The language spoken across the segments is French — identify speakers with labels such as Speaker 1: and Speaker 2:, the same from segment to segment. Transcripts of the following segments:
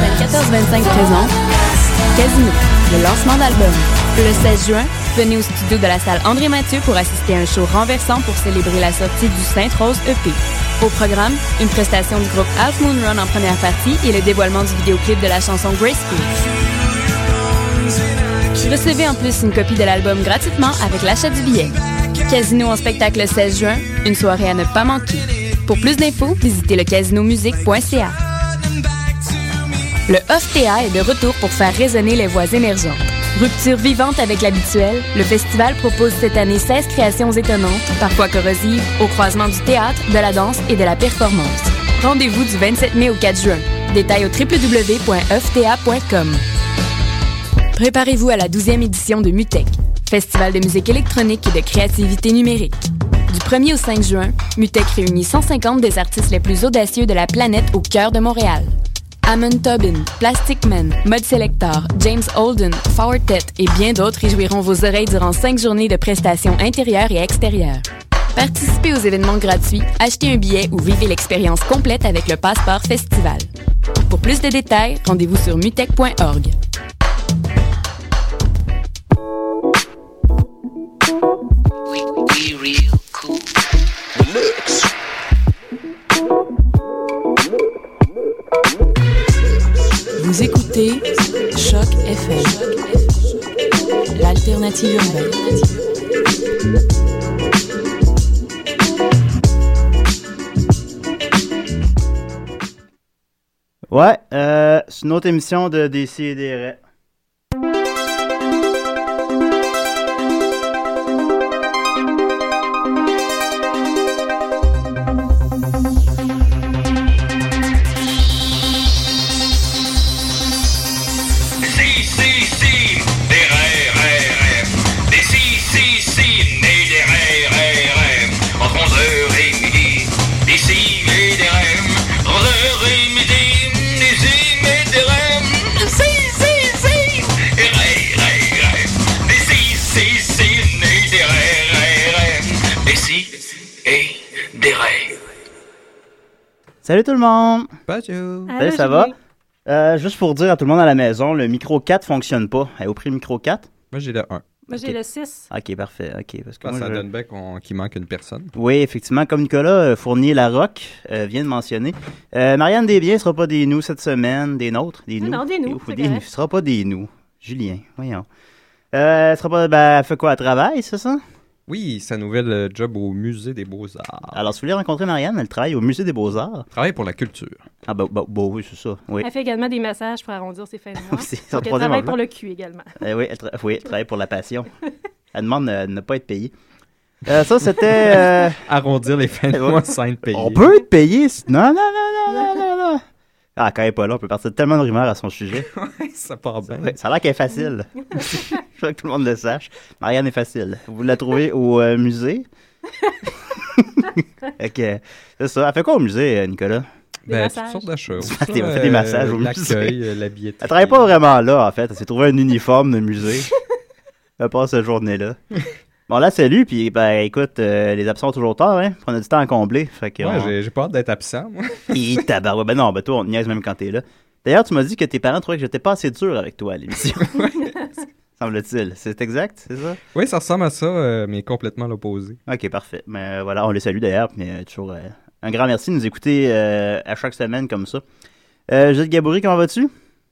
Speaker 1: 25 présente Casino, le lancement d'album. Le 16 juin, venez au studio de la salle André Mathieu pour assister à un show renversant pour célébrer la sortie du Sainte-Rose EP. Au programme, une prestation du groupe Half Moon Run en première partie et le dévoilement du vidéoclip de la chanson Graceful. Recevez en plus une copie de l'album gratuitement avec l'achat du billet. Casino en spectacle le 16 juin, une soirée à ne pas manquer. Pour plus d'infos, visitez le casinomusique.ca. Le OFTA est de retour pour faire résonner les voix émergentes. Rupture vivante avec l'habituel, le festival propose cette année 16 créations étonnantes, parfois corrosives, au croisement du théâtre, de la danse et de la performance. Rendez-vous du 27 mai au 4 juin. Détail au www.ofta.com. Préparez-vous à la 12e édition de MUTEC, Festival de musique électronique et de créativité numérique. Du 1er au 5 juin, MUTEC réunit 150 des artistes les plus audacieux de la planète au cœur de Montréal. Amon Tobin, Plastic Man, Mud Selector, James Holden, Forward Tet et bien d'autres réjouiront vos oreilles durant cinq journées de prestations intérieures et extérieures. Participez aux événements gratuits, achetez un billet ou vivez l'expérience complète avec le Passeport Festival. Pour plus de détails, rendez-vous sur mutech.org.
Speaker 2: Vous écoutez Choc FM, l'alternative urbaine.
Speaker 3: Ouais, euh, c'est une autre émission de DC et des Rêves.
Speaker 4: Si, si, si, des rêves, rêves, rêves. Des si, si, si, nés des rêves, rêves, rêves. Entre 11h et midi, des si et des rêves. Entre 11h et midi, des si et des rêves. Des si, si, si, des rêves, rêves, rêves. Des si, si, si, nés des rêves, rêves, rêves. Des si et des rêves.
Speaker 3: Salut tout le monde! Salut,
Speaker 5: Bonjour!
Speaker 3: Ben, ça va? Euh, juste pour dire à tout le monde à la maison, le micro 4 fonctionne pas. Avez-vous pris le micro 4?
Speaker 5: Moi, j'ai le 1.
Speaker 6: Moi, j'ai
Speaker 3: Ok.
Speaker 6: le 6.
Speaker 3: Ok, parfait. Ok, parce que moi,
Speaker 5: Ah, ça
Speaker 3: je-
Speaker 5: donne bien qu'on- qu'il manque une personne.
Speaker 3: Oui, effectivement, comme Nicolas Fournier-Larocque euh, vient de mentionner, euh, Marianne Desbiens ne sera pas des nous cette semaine, des nôtres, des
Speaker 6: Ah
Speaker 3: nous.
Speaker 6: non, des nous,
Speaker 3: Ouf,
Speaker 6: c'est
Speaker 3: des
Speaker 6: correct.
Speaker 3: nous. Ce sera pas des nous. Julien, voyons. Euh, elle sera pas, ben, elle fait quoi, à travail, c'est ça?
Speaker 5: Oui, sa nouvelle euh, job au Musée des
Speaker 6: Ah.
Speaker 5: Beaux-Arts.
Speaker 3: Alors, si vous voulez rencontrer Marianne, elle travaille au Musée des Beaux-Arts.
Speaker 5: Travaille pour la culture.
Speaker 3: Ah, bah, bah, bah, oui, c'est ça, oui.
Speaker 6: Elle fait également des massages pour arrondir ses fins de mois.
Speaker 3: C'est son
Speaker 6: Donc, elle
Speaker 3: troisième
Speaker 6: travaille
Speaker 3: emploi.
Speaker 6: pour le cul également.
Speaker 3: Euh, oui, elle tra- oui, elle travaille pour la passion. elle demande euh, de ne pas être payée. Euh, ça, c'était... euh,
Speaker 5: Arrondir les fins de
Speaker 3: Ouais.
Speaker 5: mois sans être payé.
Speaker 3: On peut être payé. si- Non, non, non, non, non, non, non. Ah, quand elle est pas là, on peut partir de tellement de rumeurs à son sujet.
Speaker 5: ça part bien.
Speaker 3: Ouais, ça a l'air qu'elle est facile. Je veux que tout le monde le sache. Marianne est facile. Vous la trouvez au euh, musée. ok, c'est ça. Elle fait quoi au musée, euh, Nicolas?
Speaker 6: Des
Speaker 5: Ben, toutes
Speaker 6: massages.
Speaker 5: sortes de choses. euh,
Speaker 3: On fait des massages au musée.
Speaker 5: L'accueil, euh, la billetterie.
Speaker 3: Elle travaille pas vraiment là, en fait. Elle s'est trouvée un uniforme de musée. Elle passe cette journée-là. Bon, là, c'est lui, puis ben, écoute, euh, les absents ont toujours tard, hein? puis On a du temps à combler. Fait que
Speaker 5: Ouais,
Speaker 3: on-
Speaker 5: j'ai- j'ai peur d'être absent, moi.
Speaker 3: Et tabarouette. Ben non, ben toi, on te niaise même quand t'es là. D'ailleurs, tu m'as dit que tes parents trouvaient que j'étais pas assez dur avec toi à l'émission. Semble-t-il. C'est exact, c'est ça?
Speaker 5: Oui, ça ressemble à ça, euh, mais complètement l'opposé.
Speaker 3: Ok, parfait. Mais euh, voilà, on les salue d'ailleurs. Mais euh, toujours euh, un grand merci de nous écouter euh, à chaque semaine comme ça. Euh, Gilles Gaboury, comment vas-tu?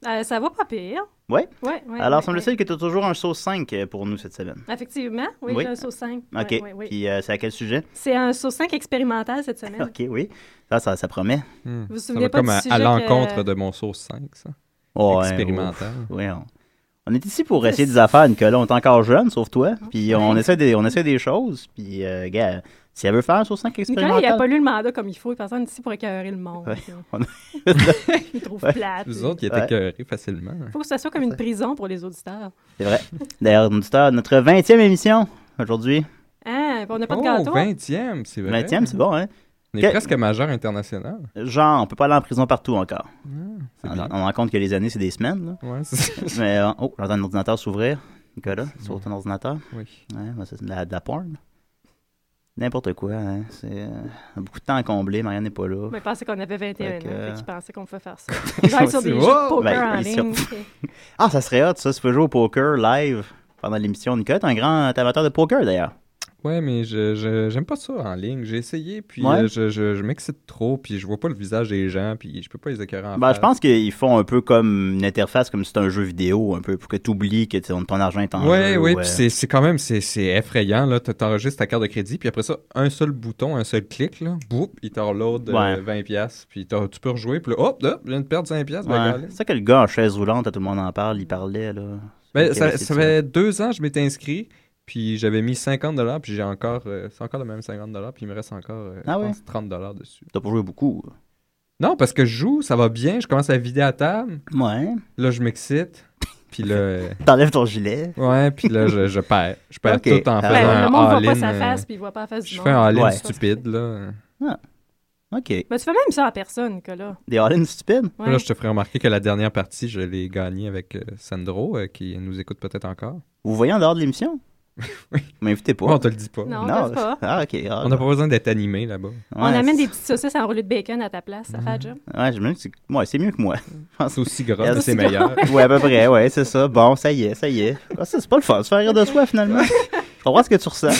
Speaker 6: Euh, ça va pas pire.
Speaker 3: Ouais.
Speaker 6: Ouais, ouais,
Speaker 3: Alors,
Speaker 6: ouais,
Speaker 3: semble-t-il que tu as toujours un saut 5 euh, pour nous cette semaine.
Speaker 6: ouais. Effectivement, oui,
Speaker 3: Oui.
Speaker 6: j'ai un saut 5.
Speaker 3: Ok. Puis euh, c'est à quel sujet?
Speaker 6: C'est un saut 5 expérimental cette semaine.
Speaker 3: Ok, oui. Ça, ça, ça promet.
Speaker 5: Hmm.
Speaker 6: Vous vous
Speaker 5: Ça
Speaker 6: souvenez
Speaker 5: va
Speaker 6: pas
Speaker 5: comme
Speaker 6: du
Speaker 5: à,
Speaker 6: sujet
Speaker 5: à l'encontre
Speaker 6: que-
Speaker 5: de mon sauce 5, ça.
Speaker 3: Ouais,
Speaker 5: Expérimental.
Speaker 3: ouf. Ouais, on... on est ici pour essayer des affaires, Nicolas. On est encore jeune, sauf toi.
Speaker 6: Oh,
Speaker 3: Puis on, essaie, des, on essaie des choses. Puis, euh, gars, si elle veut faire un saut 5
Speaker 6: Nicolas, il a
Speaker 3: expérimental,
Speaker 6: pas lu le mandat comme il faut. Il pensait ici pour écœurer le monde.
Speaker 3: Ouais.
Speaker 6: là.
Speaker 3: c'est
Speaker 6: Il trouve
Speaker 3: Ouais.
Speaker 6: plate.
Speaker 5: Vous
Speaker 6: là.
Speaker 5: autres, ils
Speaker 3: Ouais.
Speaker 5: étaient cœurés facilement.
Speaker 6: faut que ça soit comme une prison pour les auditeurs.
Speaker 3: vrai. D'ailleurs, auditeur, notre 20e émission aujourd'hui.
Speaker 6: Hein? puis on n'a pas
Speaker 5: oh,
Speaker 6: de gâteau.
Speaker 5: 20e, c'est vrai.
Speaker 3: 20e, c'est bon, hein?
Speaker 5: On est
Speaker 3: Que-
Speaker 5: presque majeur international.
Speaker 3: Genre, on peut pas aller en prison partout encore.
Speaker 5: Ah, C'est
Speaker 3: On,
Speaker 5: bien.
Speaker 3: on rend compte que les années, c'est des semaines. là.
Speaker 5: Ouais, c'est-
Speaker 3: Mais, euh, oh, j'entends un ordinateur s'ouvrir. Nicolas, sur ton ordinateur.
Speaker 5: oui.
Speaker 3: Ouais, moi, ça, c'est de la, de la porn. N'importe quoi, hein. C'est euh, beaucoup de temps à combler, Marianne n'est pas là.
Speaker 6: Mais ils pensaient qu'on avait 21
Speaker 3: Fait que,
Speaker 6: ans, fait
Speaker 3: euh,
Speaker 6: qu'ils pensaient qu'on pouvait faire ça. Ils jouaient sur des
Speaker 5: Oh,
Speaker 6: jeux de poker
Speaker 3: Ben,
Speaker 6: en
Speaker 3: ils sont-
Speaker 6: ligne.
Speaker 3: Ah, ça serait hot, ça, si tu peux jouer au poker live pendant l'émission. Nicole, t'es un grand amateur de poker, d'ailleurs.
Speaker 5: Ouais, mais je je- j'aime pas ça en ligne. J'ai essayé, puis
Speaker 3: Ouais.
Speaker 5: euh, je, je, je m'excite trop, puis je vois pas le visage des gens, puis je peux pas les écœurer en
Speaker 3: Ben,
Speaker 5: face.
Speaker 3: je pense qu'ils font un peu comme une interface, comme si c'était un jeu vidéo, un peu, pour que tu oublies que ton ton argent est en
Speaker 5: Ouais,
Speaker 3: jeu.
Speaker 5: ouais,
Speaker 3: ou, euh,
Speaker 5: puis c'est- c'est quand même c'est c'est effrayant là, Tu- t'enregistres ta carte de crédit puis après ça un seul bouton, un seul clic là, boum, il t'enload
Speaker 3: Ouais.
Speaker 5: 20 pièces puis t'as- tu peux rejouer puis là, hop, hop, je viens de perdre ben, 5 pièces,
Speaker 3: ouais. C'est ça que le gars en chaise roulante, tout le monde en parle, il parlait, là.
Speaker 5: Ben,
Speaker 3: Québec,
Speaker 5: ça,
Speaker 3: c'est
Speaker 5: ça
Speaker 3: ça.
Speaker 5: fait deux ans que je m'étais inscrit, puis j'avais mis 50 dollars, puis j'ai encore, euh, c'est encore le même 50 dollars, puis il me reste encore euh, je
Speaker 3: Ah ouais?
Speaker 5: pense, 30 dollars dessus.
Speaker 3: T'as pas joué beaucoup.
Speaker 5: Non, parce que je joue, ça va bien, je commence à vider à table,
Speaker 3: Ouais.
Speaker 5: là je m'excite, puis là, euh,
Speaker 3: T'enlèves ton gilet.
Speaker 5: ouais, puis là je, je perds, je perds
Speaker 3: Ok.
Speaker 5: tout en
Speaker 3: Ben,
Speaker 5: faisant
Speaker 6: Ben,
Speaker 5: un
Speaker 6: le monde voit pas
Speaker 5: all-in,
Speaker 6: sa
Speaker 5: euh,
Speaker 6: face, puis il voit pas la face du
Speaker 5: je
Speaker 6: monde.
Speaker 5: fais un all-in
Speaker 3: Ouais.
Speaker 5: stupide là.
Speaker 3: OK.
Speaker 6: Ben, tu fais même ça à personne, Nicolas.
Speaker 3: Des all-in stupides.
Speaker 5: Là,
Speaker 6: Ouais.
Speaker 5: je te ferai remarquer que la dernière partie, je l'ai gagnée avec euh, Sandro, euh, qui nous écoute peut-être encore.
Speaker 3: Vous voyez en dehors de l'émission?
Speaker 5: Oui.
Speaker 3: M'invitez
Speaker 5: Oh,
Speaker 3: pas.
Speaker 5: on te le dit pas.
Speaker 6: Non, on passe pas.
Speaker 3: Ah, ok. ah,
Speaker 5: On n'a pas besoin d'être animé là-bas.
Speaker 6: On
Speaker 3: ouais,
Speaker 6: amène
Speaker 3: c'est- Mhm.
Speaker 6: des petites saucisses enroulées de bacon à ta place, ça fait la job.
Speaker 3: Ouais, je me dis que c'est... ouais, c'est mieux que moi.
Speaker 5: C'est aussi
Speaker 3: Yes.
Speaker 5: gras, c'est meilleur.
Speaker 3: ouais, à peu près, ouais, c'est ça. Bon, ça y est, ça y est. Ah, ça, c'est pas le fun, se faire rire de soi, finalement. Je comprends ce que tu ressens.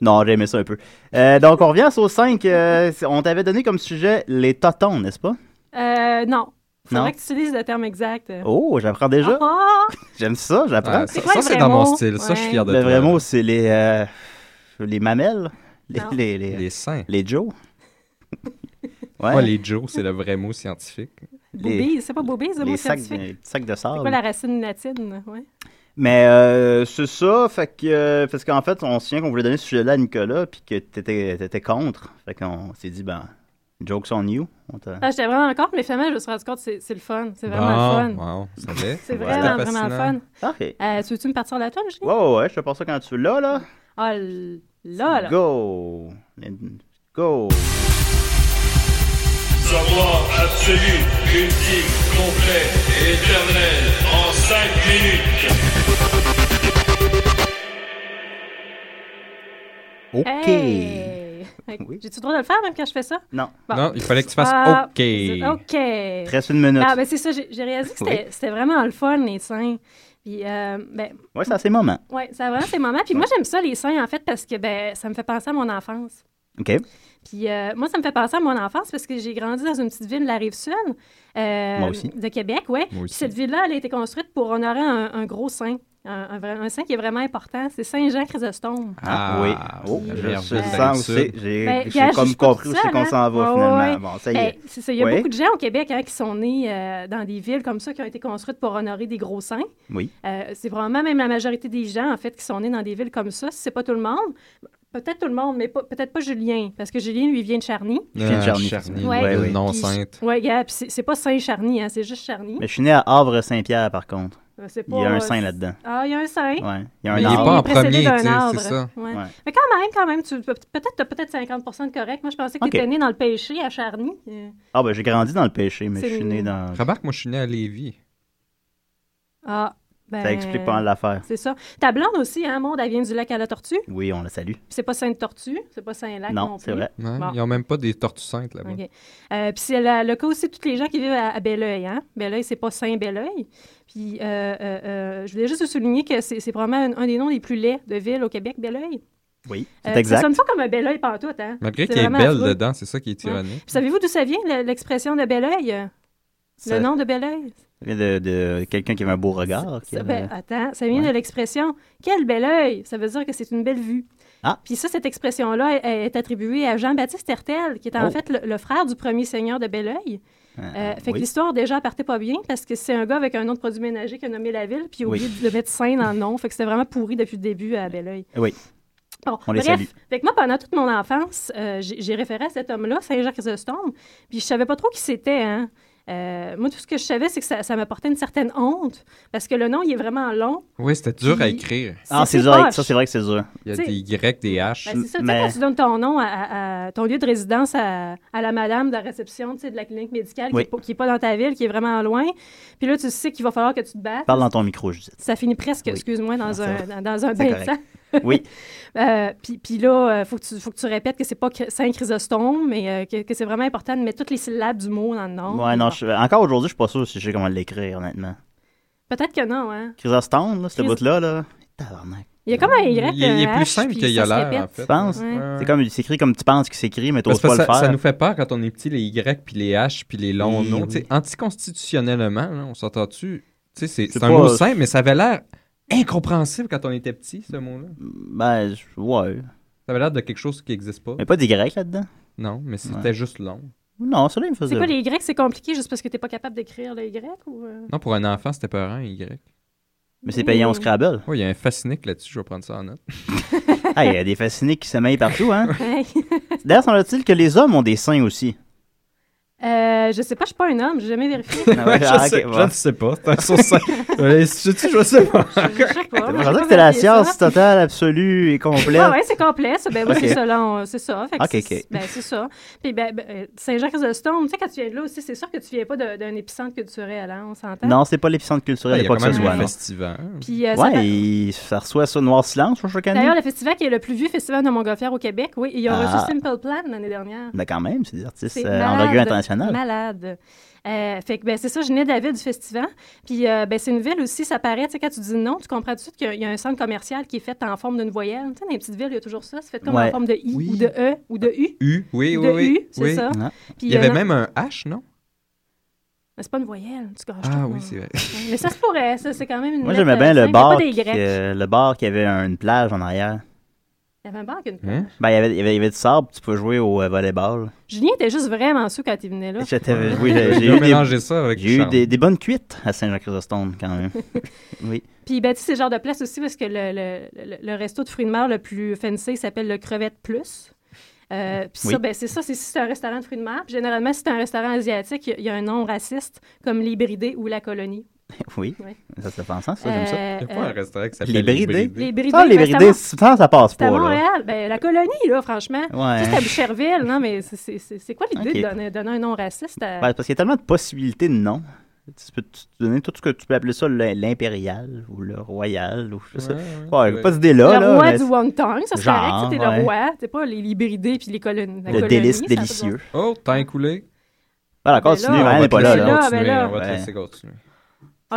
Speaker 3: Non, j'ai aimé ça un peu. Euh, donc, on revient à Saut 5. euh, c'est- on t'avait donné comme sujet les totons, n'est-ce pas?
Speaker 6: Euh, non.
Speaker 3: Non.
Speaker 6: Faudrait que tu utilises le terme exact.
Speaker 3: Oh, j'apprends déjà.
Speaker 6: Ah,
Speaker 3: J'aime ça, j'apprends.
Speaker 5: Ah, ça,
Speaker 6: quoi
Speaker 5: ça,
Speaker 6: le
Speaker 5: c'est
Speaker 6: vrai
Speaker 5: dans mon
Speaker 6: mot?
Speaker 5: style. Ça, je suis
Speaker 6: Ouais.
Speaker 5: fier de
Speaker 3: le
Speaker 5: toi.
Speaker 3: vrai mot, c'est les, euh, les mamelles. Les,
Speaker 6: Non.
Speaker 3: les, les,
Speaker 5: Les seins.
Speaker 3: les Joe.
Speaker 5: Ouais.
Speaker 3: Ouais,
Speaker 5: les Joe, c'est le vrai mot scientifique.
Speaker 6: Boobies, c'est pas boobies, le
Speaker 3: les
Speaker 6: mot
Speaker 3: sacs,
Speaker 6: scientifique.
Speaker 3: les sacs de
Speaker 6: C'est
Speaker 3: sable.
Speaker 6: quoi la racine latine? Ouais.
Speaker 3: Mais euh, c'est ça, fait que euh, parce qu'en fait, on se souvient qu'on voulait donner ce sujet-là à Nicolas, puis que t'étais t'étais contre. Fait qu'on s'est dit, ben, jokes on you. On t'a-
Speaker 6: Ah, j'étais vraiment contre, mais finalement, je me suis rendu compte que c'est c'est le fun. C'est vraiment le fun.
Speaker 5: wow, ça fait.
Speaker 6: C'est
Speaker 3: Voilà.
Speaker 6: vraiment,
Speaker 5: Ah, C'était
Speaker 6: vraiment le
Speaker 5: fascinant.
Speaker 6: fun.
Speaker 3: Parfait.
Speaker 6: Euh, tu veux-tu me partir la tonne, Julie?
Speaker 3: Ah, Ouais, ouais, ouais, je te passe ça quand tu veux. Là, là.
Speaker 6: Ah, l- là, là.
Speaker 3: Go. Lynn, Go.
Speaker 4: Savoir absolu, ultime, complet, éternel, en 5 minutes.
Speaker 3: OK.
Speaker 6: Hey! Fait que
Speaker 3: Oui.
Speaker 6: J'ai-tu le droit de le faire, même quand je fais ça?
Speaker 3: Non.
Speaker 6: Bon.
Speaker 5: Non, il fallait que tu fasses
Speaker 6: Ah,
Speaker 5: OK.
Speaker 6: c'est- OK.
Speaker 3: Il te reste une minute.
Speaker 6: Ah, ben c'est ça, j'ai j'ai réalisé que c'était c'était vraiment le fun, les seins. Puis, euh, ben,
Speaker 3: Ouais, c'est à ces moments.
Speaker 6: ouais, ça a vraiment ses moments. Puis moi, j'aime ça, les seins, en fait, parce que, ben, ça me fait penser à mon enfance.
Speaker 3: OK.
Speaker 6: Puis euh, moi, ça me fait penser à mon enfance parce que j'ai grandi dans une petite ville de la Rive-Sud. euh,
Speaker 3: Moi aussi.
Speaker 6: De Québec, oui.
Speaker 5: Moi aussi.
Speaker 6: Cette ville-là, elle a été construite pour honorer un, un gros saint. Un, un vrai- un saint qui est vraiment important. C'est Saint-Jean-Chrysostome.
Speaker 5: Ah,
Speaker 3: oui. Oh,
Speaker 5: la
Speaker 3: je,
Speaker 5: merveille
Speaker 3: je
Speaker 5: de la
Speaker 3: sens
Speaker 5: Rive-Sud.
Speaker 3: aussi. J'ai
Speaker 6: Ben,
Speaker 3: j'ai
Speaker 6: gars, je
Speaker 3: comme
Speaker 6: suis pas
Speaker 3: compris où
Speaker 6: toute
Speaker 3: c'est qu'on
Speaker 6: seule,
Speaker 3: s'en va,
Speaker 6: hein.
Speaker 3: finalement.
Speaker 6: Ouais, ouais.
Speaker 3: Bon, ça y
Speaker 6: Ben,
Speaker 3: est.
Speaker 6: c'est ça. Il y a
Speaker 3: Ouais.
Speaker 6: beaucoup de gens au Québec hein, qui sont nés euh, dans des villes comme ça, qui ont été construites pour honorer des gros saints.
Speaker 3: Oui.
Speaker 6: Euh, c'est vraiment même la majorité des gens, en fait, qui sont nés dans des villes comme ça. Si c'est pas tout le monde, peut-être tout le monde, mais pas- peut-être pas Julien, parce que Julien, lui, vient de Charny.
Speaker 3: Je viens de
Speaker 5: Ah,
Speaker 3: Charny.
Speaker 5: Charny,
Speaker 6: Ouais.
Speaker 5: ville
Speaker 3: Ouais,
Speaker 5: non
Speaker 6: Puis-
Speaker 5: sainte.
Speaker 6: Ouais, gars, puis c'est c'est pas Saint-Charny, hein, c'est juste Charny.
Speaker 3: Mais je suis né à Havre-Saint-Pierre, par contre.
Speaker 6: Euh, c'est
Speaker 3: Il y a
Speaker 6: pas,
Speaker 3: un
Speaker 6: euh,
Speaker 3: saint là-dedans.
Speaker 6: Ah, il y a un saint.
Speaker 3: Ouais. Il y a
Speaker 5: Mais
Speaker 3: un
Speaker 5: il est
Speaker 3: arbre.
Speaker 5: pas en
Speaker 6: précédé
Speaker 5: premier,
Speaker 6: d'un
Speaker 5: tu sais,
Speaker 6: arbre.
Speaker 5: c'est ça.
Speaker 6: Ouais.
Speaker 3: Ouais.
Speaker 6: Mais quand même, quand même, tu peux- peut-être t'as peut-être 50 de correct. Moi, je pensais que
Speaker 3: Ok.
Speaker 6: t'étais né dans le péché à Charny. Euh,
Speaker 3: Ah, ben, j'ai grandi dans le péché, mais je
Speaker 6: C'est
Speaker 3: suis
Speaker 6: une-
Speaker 3: né dans.
Speaker 5: Remarque, moi, je suis né à Lévis.
Speaker 6: Ah, ben.
Speaker 3: Ça explique pas mal l'affaire.
Speaker 6: C'est ça. Ta blonde aussi, hein, Monde, elle vient du lac à la tortue.
Speaker 3: Oui, on la salue.
Speaker 6: C'est pas Sainte-Tortue, c'est pas Saint-Lac. Non,
Speaker 3: Non,
Speaker 6: plus.
Speaker 3: c'est vrai.
Speaker 5: Ouais,
Speaker 6: Bon.
Speaker 5: Ils ont même pas des tortues saintes là-bas.
Speaker 6: OK. Euh, Puis c'est la- le cas aussi de tous les gens qui vivent à, à Belleuil. Hein? Belleuil, c'est pas Saint-Belleuil. Puis euh, euh, euh, je voulais juste vous souligner que c'est c'est probablement un, un des noms les plus laids de ville au Québec, Belleuil.
Speaker 3: Oui,
Speaker 6: Euh,
Speaker 3: c'est
Speaker 6: puis Ça
Speaker 3: exact.
Speaker 6: sonne pas comme un Belleuil pantoute. Hein?
Speaker 5: Malgré
Speaker 6: C'est
Speaker 5: qu'il est
Speaker 6: vraiment
Speaker 5: belle
Speaker 6: affreux.
Speaker 5: dedans, c'est ça qui est ironique.
Speaker 6: Puis savez-vous d'où ça vient, le- l'expression de Belleuil? euh,
Speaker 3: Ça
Speaker 6: Le nom de Belleuil?
Speaker 3: vient de, de quelqu'un qui avait un beau regard. qui
Speaker 6: Ça-
Speaker 3: avait-
Speaker 6: ben, attends, ça vient
Speaker 3: Ouais.
Speaker 6: de l'expression « quel bel œil ». Ça veut dire que c'est une belle vue.
Speaker 3: Ah.
Speaker 6: Puis ça, cette expression-là est- est attribuée à Jean-Baptiste Hertel, qui est en
Speaker 3: Oh.
Speaker 6: fait le, le frère du premier seigneur de Belleuil. Euh,
Speaker 3: Euh,
Speaker 6: fait que
Speaker 3: oui.
Speaker 6: l'histoire, déjà, partait pas bien parce que c'est un gars avec un nom de produit ménager qui a nommé la ville, puis il a
Speaker 3: Oui.
Speaker 6: oublié de mettre Saint dans le nom. Fait que c'était vraiment pourri depuis le début à Belleuil.
Speaker 3: Oui.
Speaker 6: Bon,
Speaker 3: On les
Speaker 6: bref,
Speaker 3: salue.
Speaker 6: fait que moi, pendant toute mon enfance, euh, j'ai j'ai référé à cet homme-là, Saint-Jacques-Chrysostome, puis je savais pas trop qui c'était, hein. Euh, moi, tout ce que je savais, c'est que ça, ça m'apportait une certaine honte parce que le nom, il est vraiment long.
Speaker 5: Oui, c'était dur à
Speaker 6: Puis-
Speaker 5: écrire.
Speaker 3: Ah, c'est
Speaker 6: c'est
Speaker 3: dur.
Speaker 6: poche.
Speaker 3: Ça, c'est vrai que c'est dur.
Speaker 5: Il y a
Speaker 6: Tu sais-
Speaker 5: des Y, des H.
Speaker 6: Ben, c'est ça, tu sais,
Speaker 3: Mais-
Speaker 6: quand tu donnes ton nom, à, à- à- ton lieu de résidence à, à la madame de la réception tu sais, de la clinique médicale
Speaker 3: Oui.
Speaker 6: qui, est pas, qui est pas dans ta ville, qui est vraiment loin. Puis là, tu sais qu'il va falloir que tu te battes.
Speaker 3: Parle dans ton micro, Judith.
Speaker 6: Ça finit presque,
Speaker 3: Oui.
Speaker 6: excuse-moi, dans,
Speaker 3: Non,
Speaker 6: un,
Speaker 3: c'est
Speaker 6: dans, dans
Speaker 3: C'est
Speaker 6: un bain de
Speaker 3: correct.
Speaker 6: sang.
Speaker 3: Oui.
Speaker 6: Euh, puis, puis là, il faut, que tu- faut que tu répètes que c'est pas cr- Saint Chrysostome, mais euh, que, que c'est vraiment important de mettre toutes les syllabes du mot dans le nom.
Speaker 3: Ouais, non, je- encore aujourd'hui, je suis pas sûr si je sais comment l'écrire, honnêtement.
Speaker 6: Peut-être que non, hein.
Speaker 3: Chrysostone, là, ce
Speaker 6: Chrys-
Speaker 3: bout-là, là. Tabarnak.
Speaker 6: Il y a comme un Y.
Speaker 5: Il, est- il est
Speaker 6: un
Speaker 5: plus
Speaker 6: H,
Speaker 5: simple
Speaker 6: puis
Speaker 5: qu'il y a
Speaker 6: ça se
Speaker 5: l'air, en
Speaker 6: répète.
Speaker 5: fait.
Speaker 3: Tu penses?
Speaker 5: Ouais.
Speaker 3: C'est comme, il s'écrit comme tu penses qu'il s'écrit, mais
Speaker 5: Parce
Speaker 3: t'oses
Speaker 5: que
Speaker 3: pas le
Speaker 5: ça,
Speaker 3: faire.
Speaker 5: ça nous fait peur quand on est petit, les Y puis les H puis les longs
Speaker 3: Oui,
Speaker 5: noms.
Speaker 3: oui.
Speaker 5: Tu sais, Anticonstitutionnellement, là, on s'entend dessus. Tu sais, c'est-
Speaker 3: C'est
Speaker 5: c'est un
Speaker 3: pas-
Speaker 5: mot simple, mais ça avait l'air incompréhensible quand on était petit, ce mot-là.
Speaker 3: Ben, je- ouais.
Speaker 5: Ça avait l'air de quelque chose qui n'existe pas.
Speaker 3: Mais pas des Grecs là-dedans.
Speaker 5: Non, mais c'était
Speaker 3: Ouais.
Speaker 5: juste long.
Speaker 3: Non, celui-là, il me faisait.
Speaker 6: C'est quoi les Y? C'est compliqué juste parce que t'es pas capable d'écrire le Y? Ou, euh,
Speaker 5: Non, pour un enfant, c'était peurant, Y.
Speaker 3: Mais c'est payé en Scrabble.
Speaker 5: Oui, il y a un fascinique là-dessus, je vais prendre ça en note.
Speaker 3: ah, il y a des fascinés qui s'émaillent partout, hein.
Speaker 6: hey.
Speaker 3: D'ailleurs, semble-t-il que les hommes ont des seins aussi.
Speaker 6: Euh, je sais pas, je suis pas un homme, j'ai jamais vérifié.
Speaker 3: Ah ouais, ah, ok, bon.
Speaker 5: sais pas. C'est un sourcil. je sais pas.
Speaker 6: Je, Ah, je sais pas.
Speaker 3: Je pensais que c'était la science totale, absolue et complète.
Speaker 6: Ah ouais, c'est complet, ça. Ben oui,
Speaker 3: Ok.
Speaker 6: c'est selon, c'est ça. Fait que
Speaker 3: Ok,
Speaker 6: c'est-
Speaker 3: ok.
Speaker 6: Ben, c'est ça. Puis ben, ben, euh, Saint-Jacques-de-Stone, tu sais, quand tu viens de là aussi, c'est sûr que tu viens pas de- d'un épicentre culturel, hein, on s'entend?
Speaker 3: Non, c'est pas l'épicentre
Speaker 5: Il
Speaker 3: culturel,
Speaker 5: y a
Speaker 3: pas
Speaker 5: quand
Speaker 3: que ce
Speaker 5: même
Speaker 3: soit,
Speaker 5: un
Speaker 3: non.
Speaker 5: festival.
Speaker 6: Puis, euh, ça fait-
Speaker 3: Ouais, il- ça reçoit ça noir silence je crois, chaque
Speaker 6: D'ailleurs,
Speaker 3: année.
Speaker 6: le festival qui est le plus vieux festival de montgolfière au Québec, oui, ils ont
Speaker 3: Ah.
Speaker 6: reçu Simple Plan l'année dernière.
Speaker 3: Mais Ben, quand même, c'est des artistes
Speaker 6: C'est
Speaker 3: euh, envergure internationale.
Speaker 6: Malade. Euh, fait que ben, c'est ça, je venais David du festival. Puis euh, ben, c'est une ville aussi, ça paraît, tu sais, quand tu dis non, tu comprends tout de suite qu'il y a- il y a un centre commercial qui est fait en forme d'une voyelle. Tu sais, dans les petites villes, il y a toujours ça. C'est fait comme
Speaker 3: Ouais.
Speaker 6: en forme de I
Speaker 5: Oui.
Speaker 6: ou de E ou de U.
Speaker 5: U, oui,
Speaker 6: ou
Speaker 5: oui,
Speaker 6: de
Speaker 5: oui.
Speaker 6: U, c'est
Speaker 5: oui.
Speaker 6: ça.
Speaker 3: Ah.
Speaker 6: Puis,
Speaker 5: Il y avait
Speaker 6: euh,
Speaker 5: même un H, non?
Speaker 6: Mais c'est pas une voyelle, tu gâches
Speaker 5: Ah
Speaker 6: tout,
Speaker 5: oui,
Speaker 6: non.
Speaker 5: c'est vrai.
Speaker 6: Mais ça se pourrait, ça, c'est quand même une.
Speaker 3: Moi,
Speaker 6: lettre,
Speaker 3: j'aimais
Speaker 6: euh,
Speaker 3: bien le
Speaker 6: simple. Il y a
Speaker 3: bar,
Speaker 6: pas des
Speaker 3: qui,
Speaker 6: Grecs.
Speaker 3: euh, le bar qui avait un- une plage en arrière.
Speaker 6: Il y avait un bar qui a une
Speaker 5: Hein?
Speaker 3: Ben, il y avait, il y avait- il y avait du sable, tu pouvais jouer au euh, volleyball.
Speaker 6: Julien était juste vraiment sous quand il venait là.
Speaker 3: J'étais- oui, j'ai-
Speaker 5: J'ai
Speaker 3: j'ai eu, des,
Speaker 5: mélangé ça avec
Speaker 3: j'ai eu
Speaker 5: Charles.
Speaker 3: des- des bonnes cuites à Saint-Jean-Chrysostome, quand même. oui.
Speaker 6: Puis, ben, tu sais, c'est le genre de place aussi parce que le, le- le- le resto de fruits de mer le plus fancy s'appelle le Crevette Plus. Euh, puis
Speaker 3: Oui.
Speaker 6: ça, ben, c'est ça, c'est si c'est un restaurant de fruits de mer. Puis généralement, si c'est un restaurant asiatique, il y a- il y, a un nom raciste comme l'hybridé ou la colonie.
Speaker 3: Oui.
Speaker 6: Ouais.
Speaker 3: Ça, c'est pensant, ça, j'aime ça.
Speaker 6: Euh,
Speaker 5: Il y a
Speaker 6: euh,
Speaker 5: pas un restaurant qui
Speaker 3: Les
Speaker 5: s'appelle
Speaker 3: Bridés.
Speaker 5: Bridés.
Speaker 6: les bridés,
Speaker 3: Ça, les
Speaker 6: ben, c'est à
Speaker 3: bridés,
Speaker 6: Mont-
Speaker 3: ça, ça passe
Speaker 6: c'est à
Speaker 3: pas, là.
Speaker 6: Montréal. Ben, la colonie, là, franchement. Ça,
Speaker 3: Ouais.
Speaker 6: C'est à Boucherville, non, mais c'est- c'est c'est- c'est quoi l'idée
Speaker 3: Ok.
Speaker 6: de donner, donner un nom raciste à.
Speaker 3: Ben, parce qu'il y a tellement de possibilités de noms. Tu peux tu- tu donner tout ce que tu peux appeler ça l'im- l'impérial ou le royal ou je sais
Speaker 5: Ouais,
Speaker 3: pas.
Speaker 5: ouais,
Speaker 3: Ouais,
Speaker 5: ouais.
Speaker 3: pas cette idée-là.
Speaker 6: le
Speaker 3: là,
Speaker 6: roi
Speaker 3: mais
Speaker 6: du wonton, ça c'est
Speaker 3: Genre,
Speaker 6: correct, c'était
Speaker 3: ouais.
Speaker 6: le roi, c'est pas les libridés puis les colonies.
Speaker 3: c'est le délice délicieux.
Speaker 5: Oh, temps coulé.
Speaker 3: Voilà,
Speaker 6: Ben là,
Speaker 3: continue,
Speaker 6: on
Speaker 3: Ryan
Speaker 5: On
Speaker 3: n'est
Speaker 5: va
Speaker 3: pas
Speaker 5: te
Speaker 3: là.
Speaker 5: laisser
Speaker 6: là.
Speaker 5: continuer,
Speaker 6: Ben là.
Speaker 5: On va te
Speaker 3: Ouais.
Speaker 5: laisser continuer.
Speaker 6: Ok,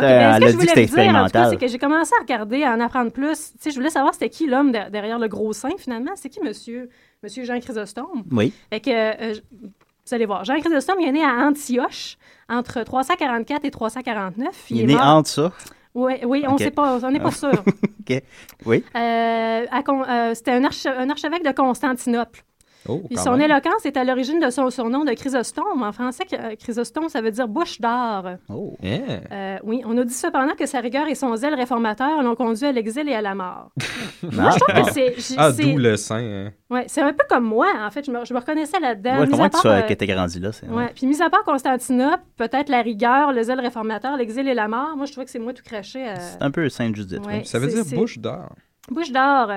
Speaker 3: Ça,
Speaker 6: ben,
Speaker 3: elle
Speaker 6: ce
Speaker 3: a dit
Speaker 6: que je
Speaker 3: que c'était
Speaker 6: voulais vous dire, en tout cas,
Speaker 3: expérimental.
Speaker 6: c'est que j'ai commencé à regarder, à en apprendre plus. Tu sais, je voulais savoir c'était qui l'homme de- derrière le gros sein, finalement. C'est qui, monsieur, monsieur Jean Chrysostome?
Speaker 3: Oui.
Speaker 6: Fait que, euh, je- vous allez voir, Jean Chrysostome, il est né à Antioche entre 344 et 349.
Speaker 3: Il est né
Speaker 6: mort-
Speaker 3: entre ça.
Speaker 6: Oui, oui, on
Speaker 3: Ok.
Speaker 6: sait pas, on n'est pas sûr.
Speaker 3: OK. Oui.
Speaker 6: Euh, à Con- euh, c'était un, arche- un archevêque de Constantinople.
Speaker 5: Oh,
Speaker 6: Puis
Speaker 5: quand
Speaker 6: son
Speaker 5: même.
Speaker 6: éloquence est à l'origine de son surnom de Chrysostome. En français, euh, Chrysostome, ça veut dire bouche d'or.
Speaker 3: Oh.
Speaker 5: Yeah.
Speaker 6: Euh, oui, on a dit cependant que sa rigueur et son zèle réformateur l'ont conduit à l'exil et à la mort.
Speaker 3: Ah,
Speaker 6: Je trouve
Speaker 3: bon.
Speaker 6: que c'est- j'ai-
Speaker 5: Ah,
Speaker 6: c'est-
Speaker 5: d'où le sein. hein.
Speaker 6: ouais, c'est un peu comme moi, en fait. Je me, je me reconnaissais là-dedans.
Speaker 3: Ouais,
Speaker 6: Mis
Speaker 3: Comment
Speaker 6: à
Speaker 3: tu
Speaker 6: part,
Speaker 3: sais
Speaker 6: euh,
Speaker 3: que t'es grandi là? c'est-
Speaker 6: ouais, Puis, mis à part Constantinople, peut-être la rigueur, le zèle réformateur, l'exil et la mort, moi, je trouvais que c'est moi tout craché. euh,
Speaker 3: C'est un peu Sainte-Judith. oui.
Speaker 6: ouais,
Speaker 5: Ça veut
Speaker 6: c'est-
Speaker 5: dire
Speaker 6: c'est-
Speaker 5: bouche d'or.
Speaker 6: Bouche d'or.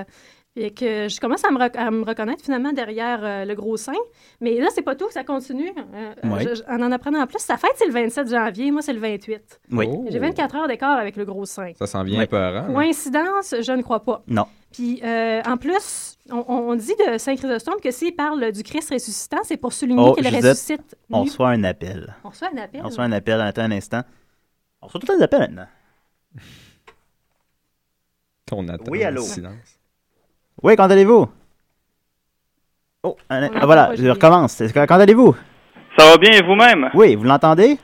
Speaker 6: Et que je commence à me, rec- à me reconnaître finalement derrière euh, le gros sein. Mais là, c'est pas tout, ça continue. Euh, euh,
Speaker 3: Ouais.
Speaker 6: je- je- en en apprenant plus, sa fête, c'est le 27 janvier, moi, c'est le 28.
Speaker 3: Oui.
Speaker 5: Oh.
Speaker 6: J'ai 24 heures d'écart avec le gros sein.
Speaker 5: Ça s'en vient
Speaker 3: Ah Ouais.
Speaker 5: peurant. hein.
Speaker 6: Coïncidence, je ne crois pas.
Speaker 3: Non.
Speaker 6: Puis, euh, en plus, on, on- on dit de Saint Chrysostome que s'il parle du Christ ressuscitant, c'est pour souligner
Speaker 3: Oh,
Speaker 6: qu'il
Speaker 3: Judith,
Speaker 6: ressuscite.
Speaker 3: On
Speaker 6: nu.
Speaker 3: reçoit un appel.
Speaker 6: on reçoit un appel.
Speaker 3: On reçoit un appel. Attends un instant. On reçoit tout un appel maintenant.
Speaker 5: On attend
Speaker 3: Oui, allô.
Speaker 5: le silence.
Speaker 3: Oui, quand allez-vous? Oh, un-
Speaker 6: On
Speaker 3: ah, voilà,
Speaker 6: l'entend pas,
Speaker 3: je
Speaker 6: Julien.
Speaker 3: recommence. C'est- Quand allez-vous?
Speaker 7: Ça va bien et vous-même?
Speaker 3: Oui, vous l'entendez?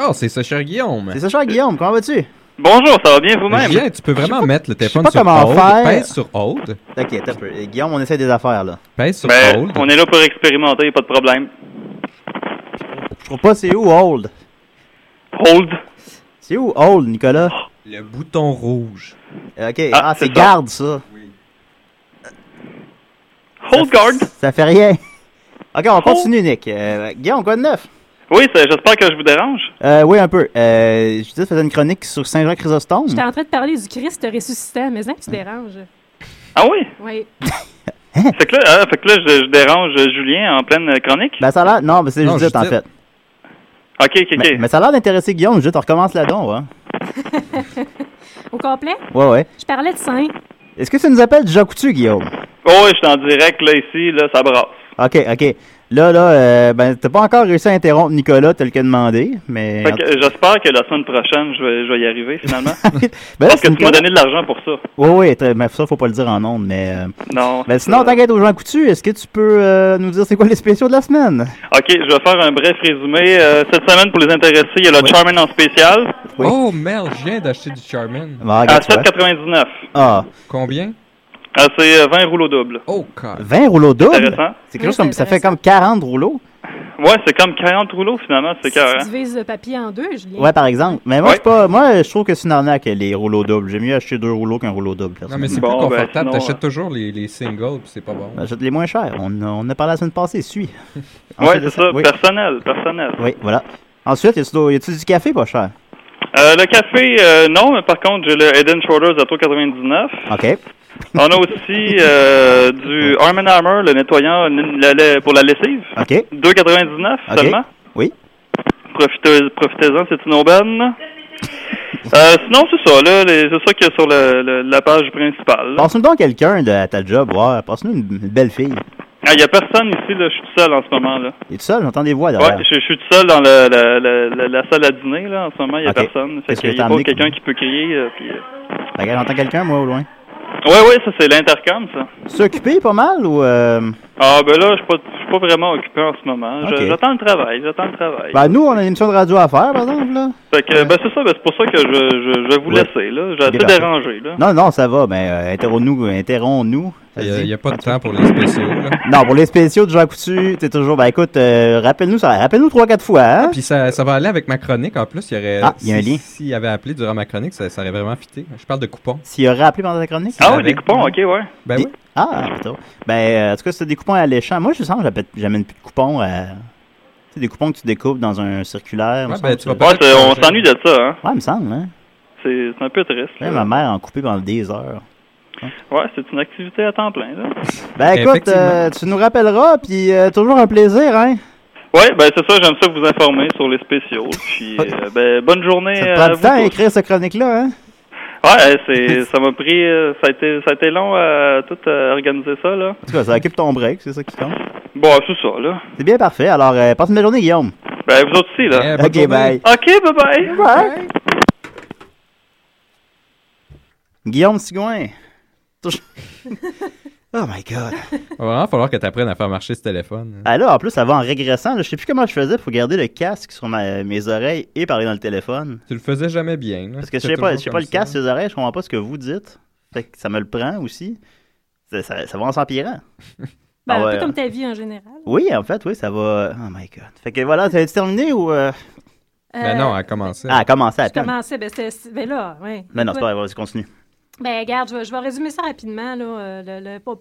Speaker 5: Oh, c'est ça, cher Guillaume.
Speaker 3: C'est ça, cher Guillaume. Comment vas-tu?
Speaker 7: Bonjour, ça va bien vous-même?
Speaker 5: Julien, tu peux vraiment mettre le téléphone
Speaker 3: pas
Speaker 5: sur
Speaker 3: comment
Speaker 5: hold.
Speaker 3: faire.
Speaker 5: Pèse sur hold.
Speaker 3: Ok, t'as un peu. Eh, Guillaume, on essaie des affaires, là.
Speaker 5: Pèse sur
Speaker 7: Ben,
Speaker 5: hold.
Speaker 7: on est là pour expérimenter, pas de problème.
Speaker 3: Je trouve pas c'est où Old.
Speaker 7: Hold.
Speaker 3: C'est où Old, Nicolas?
Speaker 5: Le bouton rouge.
Speaker 3: Euh, Ok, ah,
Speaker 7: Ah,
Speaker 3: c'est
Speaker 7: c'est ça.
Speaker 3: garde, ça.
Speaker 7: Hold guard.
Speaker 3: Ça fait rien. Ok, on continue, Nick. Euh, Guillaume, quoi de neuf?
Speaker 7: Oui, ça- j'espère que je vous dérange.
Speaker 3: Euh, oui, un peu. Euh, je disais, tu faisais une chronique sur Saint-Jean-Chrysostome.
Speaker 6: J'étais en train de parler du Christ ressuscitant, mais
Speaker 3: Hmm.
Speaker 6: hein, que tu déranges.
Speaker 7: Ah oui?
Speaker 6: Oui.
Speaker 7: Fait que là, ah, fait que là je, je dérange Julien en pleine chronique?
Speaker 3: Ben, ça a l'air. Non, mais c'est
Speaker 5: Non,
Speaker 3: Judith, en
Speaker 5: Judith.
Speaker 3: fait.
Speaker 7: Ok, ok, ok.
Speaker 3: Mais, mais ça a l'air d'intéresser Guillaume. Judith, on recommence là-dedans, ouais.
Speaker 6: Au complet,
Speaker 3: Ouais, ouais.
Speaker 6: je parlais de Saint.
Speaker 3: Est-ce que tu nous appelles Jacques Coutu, Guillaume?
Speaker 7: Oh, je suis en direct, là, ici, là, ça brasse.
Speaker 3: OK, OK. Là, là, euh, ben, t'as pas encore réussi à interrompre Nicolas tel que demandé, mais...
Speaker 7: Fait que, euh, j'espère que la semaine prochaine, je vais, je vais y arriver, finalement.
Speaker 3: Ben, là,
Speaker 7: Parce
Speaker 3: c'est
Speaker 7: que tu
Speaker 3: Nicolas-
Speaker 7: m'as donné de l'argent pour ça.
Speaker 3: Oui, oui, très- mais ça, faut pas le dire en ondes, mais... euh,
Speaker 7: Non.
Speaker 3: ben, sinon, t'inquiète aux gens coutus, est-ce que tu peux euh, nous dire c'est quoi les spéciaux de la semaine?
Speaker 7: OK, je vais faire un bref résumé. Euh, cette semaine, pour les intéressés, il y a le
Speaker 3: Ouais.
Speaker 7: Charmin en spécial
Speaker 3: Oui.
Speaker 5: Oh merde, je viens d'acheter du Charmin.
Speaker 3: Ah,
Speaker 7: à
Speaker 3: regarde, tu vois.
Speaker 7: 7,99.
Speaker 3: Ah,
Speaker 5: Combien?
Speaker 7: Ah, c'est euh, 20 rouleaux doubles.
Speaker 5: Oh god.
Speaker 3: 20 rouleaux doubles?
Speaker 7: Intéressant.
Speaker 3: C'est
Speaker 6: Oui,
Speaker 3: quelque chose
Speaker 6: c'est
Speaker 3: comme... Ça fait comme 40 rouleaux?
Speaker 7: Ouais, c'est comme 40 rouleaux, finalement, c'est
Speaker 6: Si
Speaker 7: carré. hein?
Speaker 6: tu divises le papier en deux, Julien.
Speaker 3: Ouais, par exemple. Mais moi,
Speaker 7: Ouais.
Speaker 3: je suis pas, moi, je trouve que c'est une arnaque, les rouleaux doubles. J'aime mieux acheter deux rouleaux qu'un rouleau double.
Speaker 5: Non mais c'est
Speaker 7: Bon,
Speaker 5: plus
Speaker 7: ben,
Speaker 5: confortable,
Speaker 7: sinon,
Speaker 5: t'achètes
Speaker 7: euh,
Speaker 5: toujours les, les singles pis c'est pas bon.
Speaker 3: On achète les moins chers. On, a- on a parlé la semaine passée, suis.
Speaker 7: Ouais,
Speaker 3: Ensuite de
Speaker 7: c'est ça,
Speaker 3: Ah, Oui,
Speaker 7: personnel, personnel.
Speaker 3: oui, voilà. Ensuite, y a-tu d'au- y a-tu du café pas cher?
Speaker 7: Euh, le café, euh, non, mais par contre, j'ai le Eden Shoulders à 3,99.
Speaker 3: OK. Ah.
Speaker 7: On a aussi euh, du Arm Armour, le nettoyant la- la- pour la lessive,
Speaker 3: OK.
Speaker 7: 2,99
Speaker 3: Ah. Ok.
Speaker 7: seulement.
Speaker 3: Oui.
Speaker 7: Profitez- Profitez-en, c'est une aubaine. Euh, sinon, c'est ça, là, les- c'est ça qu'il y a sur le- le- la page principale. là.
Speaker 3: Passe-nous donc quelqu'un de, à ta job. Ouais, passe-nous une, une belle fille.
Speaker 7: Ah, Il n'y a personne ici, là, je suis tout seul en ce moment. Là.
Speaker 3: Es-tu seul? J'entends des voix
Speaker 7: Ouais,
Speaker 3: derrière.
Speaker 7: je, je suis tout seul dans le- la, la- la- la salle à dîner, là, en ce moment, il n'y a
Speaker 3: Ok.
Speaker 7: personne. Fait
Speaker 3: Qu'est-ce que
Speaker 7: qu'il n'y
Speaker 3: t'as
Speaker 7: a pas
Speaker 3: amené?
Speaker 7: quelqu'un qui peut crier. euh, puis, euh.
Speaker 3: Regarde, J'entends quelqu'un, moi, au loin.
Speaker 7: Ouais, ouais, ça, c'est l'intercom, ça.
Speaker 3: Tu es occupé pas mal ou... euh,
Speaker 7: Ah ben là, je suis pas, je suis pas vraiment occupé en ce moment. Je-
Speaker 3: Ok.
Speaker 7: J'attends le travail, j'attends le travail.
Speaker 3: Ben, nous, on a une émission de radio à faire, par exemple, là.
Speaker 7: fait que, ben c'est ça, ben c'est pour ça que je, je, je vais vous
Speaker 3: Ouais.
Speaker 7: laisser, là. J'ai
Speaker 3: Ok,
Speaker 7: assez
Speaker 3: parfait.
Speaker 7: dérangé, là.
Speaker 3: Non, non, ça va, mais euh, interromps-nous. Interromps-nous. Ça
Speaker 5: Il
Speaker 3: se dit?
Speaker 5: n'y a, pas de temps pour les spéciaux là.
Speaker 3: Non, pour les spéciaux de Jean Coutu, t'es toujours... Ben, écoute, euh, rappelle-nous ça. Rappelle-nous trois, quatre fois, hein?
Speaker 5: Ah, Puis ça, ça va aller avec ma chronique en plus. Il y aurait,
Speaker 3: Ah, il y a un
Speaker 5: si-
Speaker 3: lien.
Speaker 5: S'il avait appelé durant ma chronique, ça, ça aurait vraiment fité. Je parle de coupons.
Speaker 3: S'il a rappelé pendant la chronique?
Speaker 7: Ah
Speaker 5: l'avais.
Speaker 7: oui, des coupons, ok, ouais.
Speaker 5: Ben
Speaker 3: Des-
Speaker 5: oui.
Speaker 3: Ah, plutôt. Ben, euh, en tout cas, c'est des coupons alléchants. Moi, je sens que j'appelle- j'amène plus de coupons à. C'est des coupons que tu découpes dans un circulaire.
Speaker 5: Ouais,
Speaker 3: me
Speaker 5: ben,
Speaker 3: semble
Speaker 5: tu
Speaker 3: que-
Speaker 5: vas pas-
Speaker 7: Ouais,
Speaker 5: Peut-être
Speaker 7: c'est- on
Speaker 5: changer.
Speaker 7: s'ennuie de ça, hein.
Speaker 3: Ouais, il me semble, hein.
Speaker 7: C'est c'est un peu triste.
Speaker 3: Ouais,
Speaker 7: là.
Speaker 3: ma mère en coupait pendant des heures.
Speaker 7: Ouais, c'est une activité à temps plein, là.
Speaker 3: Ben, écoute,
Speaker 5: Effectivement.
Speaker 3: euh, tu nous rappelleras, puis euh, toujours un plaisir, hein.
Speaker 7: Ouais, ben c'est ça, j'aime ça vous informer sur les spéciaux. Puis, euh, ben, bonne journée
Speaker 3: Ça te
Speaker 7: euh,
Speaker 3: prend
Speaker 7: à
Speaker 3: du
Speaker 7: vous
Speaker 3: temps à
Speaker 7: tous.
Speaker 3: écrire cette chronique-là, hein.
Speaker 7: Ouais, c'est, ça m'a pris, euh, ça a été, ça a été long à tout euh, organiser ça, là.
Speaker 3: En tout cas, ça occupe ton break, c'est ça qui compte.
Speaker 7: Bon, c'est ça, là.
Speaker 3: C'est bien parfait. Alors, euh, passe une belle journée, Guillaume.
Speaker 7: Ben, vous autres aussi, là.
Speaker 5: Eh, bonne
Speaker 3: ok,
Speaker 5: journée.
Speaker 3: bye.
Speaker 7: Ok, bye-bye.
Speaker 3: Guillaume Sigouin. Toujours- oh my god.
Speaker 5: Il va vraiment falloir que tu apprennes à faire marcher ce téléphone.
Speaker 3: Ah là, en plus, ça va en régressant. là. je sais plus comment je faisais pour garder le casque sur ma- mes oreilles et parler dans le téléphone.
Speaker 5: Tu le faisais jamais bien. là.
Speaker 3: Parce que je
Speaker 5: Ah, C'était
Speaker 3: sais pas,
Speaker 5: toujours
Speaker 3: je sais
Speaker 5: comme
Speaker 3: pas le
Speaker 5: ça.
Speaker 3: casque sur les oreilles, je comprends pas ce que vous dites. Fait que ça me le prend aussi. Ça, ça- ça va en s'empirant.
Speaker 6: Ben,
Speaker 3: Ah
Speaker 6: Un
Speaker 3: ouais.
Speaker 6: peu comme ta vie en général.
Speaker 3: Oui, en fait, oui, ça va. Oh my god. Fait que voilà, t'as terminé ou. euh,
Speaker 5: Ben
Speaker 6: Euh,
Speaker 5: non, elle commençait.
Speaker 3: Ah, commencé à
Speaker 6: Je
Speaker 3: peine.
Speaker 6: commençais, ben, c'était- ben là, ouais.
Speaker 3: Mais non, c'est
Speaker 6: Écoute,
Speaker 3: pas grave, vas-y, continue.
Speaker 6: Ben, regarde, je vais, je vais résumer ça rapidement. Là, euh, le- le- pas-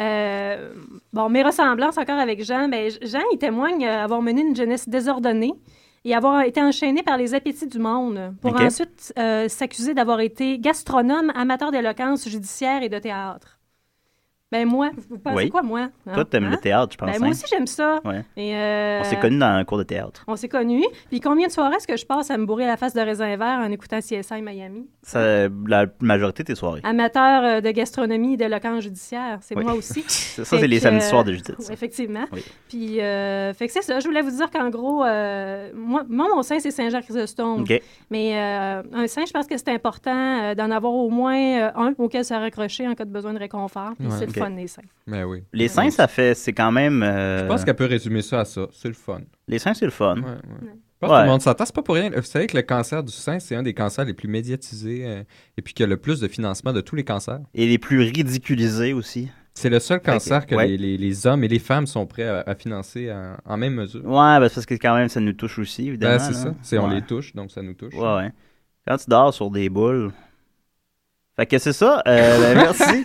Speaker 6: euh, bon, mes ressemblances encore avec Jean. Ben, Jean, il témoigne euh, avoir mené une jeunesse désordonnée et avoir été enchaîné par les appétits du monde pour
Speaker 3: Ok.
Speaker 6: ensuite euh, s'accuser d'avoir été gastronome, amateur d'éloquence judiciaire et de théâtre. Ben, moi, vous pensez
Speaker 3: Oui.
Speaker 6: quoi, moi? Hein?
Speaker 3: Toi, t'aimes
Speaker 6: Hein?
Speaker 3: le théâtre, je pense.
Speaker 6: Ben, moi
Speaker 3: hein?
Speaker 6: aussi, j'aime ça.
Speaker 3: Ouais.
Speaker 6: Et, euh,
Speaker 3: On s'est connus dans un cours de théâtre.
Speaker 6: On s'est connus. Puis combien de soirées est-ce que je passe à me bourrer la face de raisin vert en écoutant CSI Miami?
Speaker 3: Ça, la majorité de tes soirées.
Speaker 6: Amateur euh, de gastronomie et d'éloquence judiciaire, c'est
Speaker 3: Oui.
Speaker 6: moi aussi. euh,
Speaker 3: Ça, c'est les samedis soirs de Judith. ça.
Speaker 6: Effectivement.
Speaker 3: Oui.
Speaker 6: Puis, euh, fait que c'est ça. Je voulais vous dire qu'en gros, euh, moi, moi, mon sein, c'est Saint-Jean-Chrysostome.
Speaker 3: Ok.
Speaker 6: Mais euh, un sein, je pense que c'est important euh, d'en avoir au moins euh, un auquel se raccrocher en cas de besoin de réconfort. Puis
Speaker 5: Ouais.
Speaker 6: c'est
Speaker 3: Ok.
Speaker 6: le fun des seins.
Speaker 5: Ben oui.
Speaker 3: Les seins, ça fait. C'est quand même. euh,
Speaker 5: Je pense qu'elle peut résumer ça à ça. C'est le fun.
Speaker 3: Les seins, c'est le fun.
Speaker 5: Ouais, ouais. Je pense
Speaker 3: Ouais.
Speaker 5: que tout le monde s'entend. C'est pas pour rien. Vous savez que le cancer du sein, c'est un des cancers les plus médiatisés euh, et puis qui a le plus de financement de tous les cancers.
Speaker 3: Et les plus ridiculisés aussi.
Speaker 5: C'est le seul cancer que
Speaker 3: ouais.
Speaker 5: les, les- les hommes et les femmes sont prêts à, à financer en, en même mesure.
Speaker 3: Ouais, ben, c'est parce que quand même, ça nous touche aussi, évidemment.
Speaker 5: Ben, c'est
Speaker 3: là.
Speaker 5: ça. C'est on
Speaker 3: Ouais.
Speaker 5: les touche, donc ça nous touche.
Speaker 3: Ouais, ouais. Quand tu dors sur des boules. Fait que c'est ça. euh, ben, merci.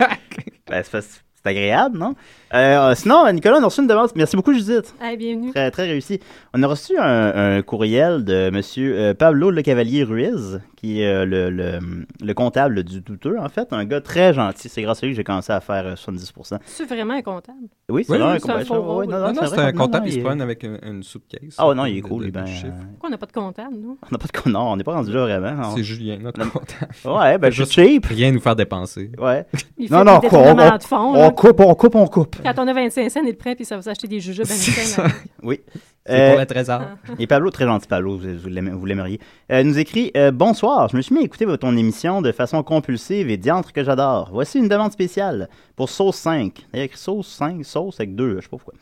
Speaker 3: ben, c'est parce- C'est agréable, non? Euh, sinon, Nicolas, on a reçu une demande. Merci beaucoup, Judith.
Speaker 6: Allez, bienvenue.
Speaker 3: Très, très réussi. On a reçu un, un courriel de Monsieur euh, Pablo Le Cavalier Ruiz, qui est euh, le, le- le comptable du douteux, en fait. Un gars très gentil. C'est grâce à lui que j'ai commencé à faire euh, 70%.
Speaker 6: C'est vraiment un comptable.
Speaker 3: Oui, c'est
Speaker 5: Oui,
Speaker 3: là
Speaker 5: oui,
Speaker 3: un
Speaker 6: c'est un
Speaker 3: comptable.
Speaker 6: faux rôle.
Speaker 3: Oui, non, non,
Speaker 5: Non, non,
Speaker 3: c'est
Speaker 5: c'est
Speaker 3: vrai.
Speaker 5: un comptable,
Speaker 3: Non,
Speaker 5: il se
Speaker 3: il-
Speaker 5: prenne avec une, une soupe-case.
Speaker 3: Ah, ouais, non, il est
Speaker 5: de-
Speaker 3: cool.
Speaker 5: de-
Speaker 3: lui,
Speaker 5: de
Speaker 3: ben,
Speaker 5: chiffres.
Speaker 3: euh,
Speaker 6: Pourquoi on n'a pas de comptable, nous?
Speaker 3: on n'a pas de con- Non, on n'est pas rendu là vraiment.
Speaker 5: C'est Julien, notre comptable.
Speaker 3: On- Ouais, ben, je suis
Speaker 5: Juste-
Speaker 3: cheap.
Speaker 5: Rien nous faire dépenser.
Speaker 3: Ouais.
Speaker 6: Il
Speaker 3: Non, non,
Speaker 6: fait des
Speaker 3: on-
Speaker 6: détournements
Speaker 3: on-
Speaker 6: de fond,
Speaker 3: On
Speaker 6: là.
Speaker 3: coupe, on coupe, on coupe.
Speaker 6: Quand on a 25 cents, il le prêt, puis ça va s'acheter des jujubes à hein.
Speaker 5: C'est
Speaker 6: Michel.
Speaker 5: ça.
Speaker 3: Oui.
Speaker 5: C'est
Speaker 3: Euh,
Speaker 5: pour le trésor.
Speaker 3: Et Pablo, très gentil Pablo, vous, vous l'aimez- vous l'aimeriez, euh, nous écrit euh, Bonsoir, je me suis mis à écouter votre- ton émission de façon compulsive et diantre que j'adore. Voici une demande spéciale pour Sauce 5. Il y a écrit Sauce 5, Sauce avec 2, je sais pas pourquoi.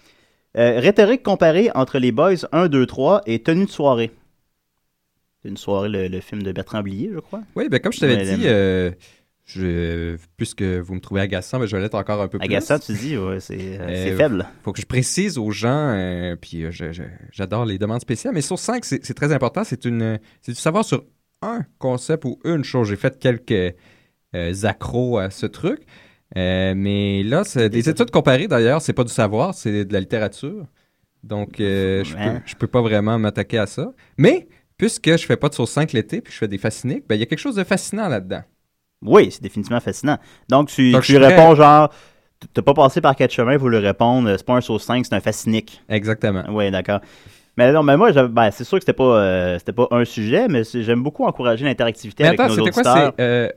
Speaker 3: Euh, rhétorique comparée entre les Boys 1, 2, 3 et tenue de soirée. Une soirée, le, le film de Bertrand Blier, je crois.
Speaker 5: Oui, ben, comme je t'avais
Speaker 3: Mais-
Speaker 5: dit, euh, je, puisque vous me trouvez agaçant, ben, je vais l'être encore un peu plus.
Speaker 3: Agaçant, tu dis, ouais, c'est euh,
Speaker 5: Euh,
Speaker 3: c'est faible.
Speaker 5: faut que je précise aux gens, euh, puis euh, je- je- j'adore les demandes spéciales, mais sur 5, c'est c'est très important. C'est une, c'est du savoir sur un concept ou une chose. J'ai fait quelques euh, accros à ce truc, Euh, mais là, c'est des études comparées d'ailleurs. C'est pas du savoir, c'est de la littérature. Donc, euh, je,
Speaker 3: Ouais.
Speaker 5: peux, je peux pas vraiment m'attaquer à ça. Mais puisque je fais pas de sur 5 l'été, puis je fais des fasciniques, ben il y a quelque chose de fascinant là-dedans.
Speaker 3: Oui, c'est définitivement fascinant. Donc, tu,
Speaker 5: Donc,
Speaker 3: tu
Speaker 5: je
Speaker 3: lui
Speaker 5: suis prêt.
Speaker 3: réponds genre, t- t'as pas passé par quatre chemins pour lui répondre, euh, c'est pas un Sauce 5, c'est un fascinique.
Speaker 5: Exactement.
Speaker 3: Oui, d'accord. Mais non, mais moi, j'avais- ben, c'est sûr que c'était pas, euh, c'était pas un sujet, mais c'est- j'aime beaucoup encourager l'interactivité
Speaker 5: Mais
Speaker 3: avec
Speaker 5: attends,
Speaker 3: nos
Speaker 5: c'était quoi
Speaker 3: auditeurs.
Speaker 5: C'est euh,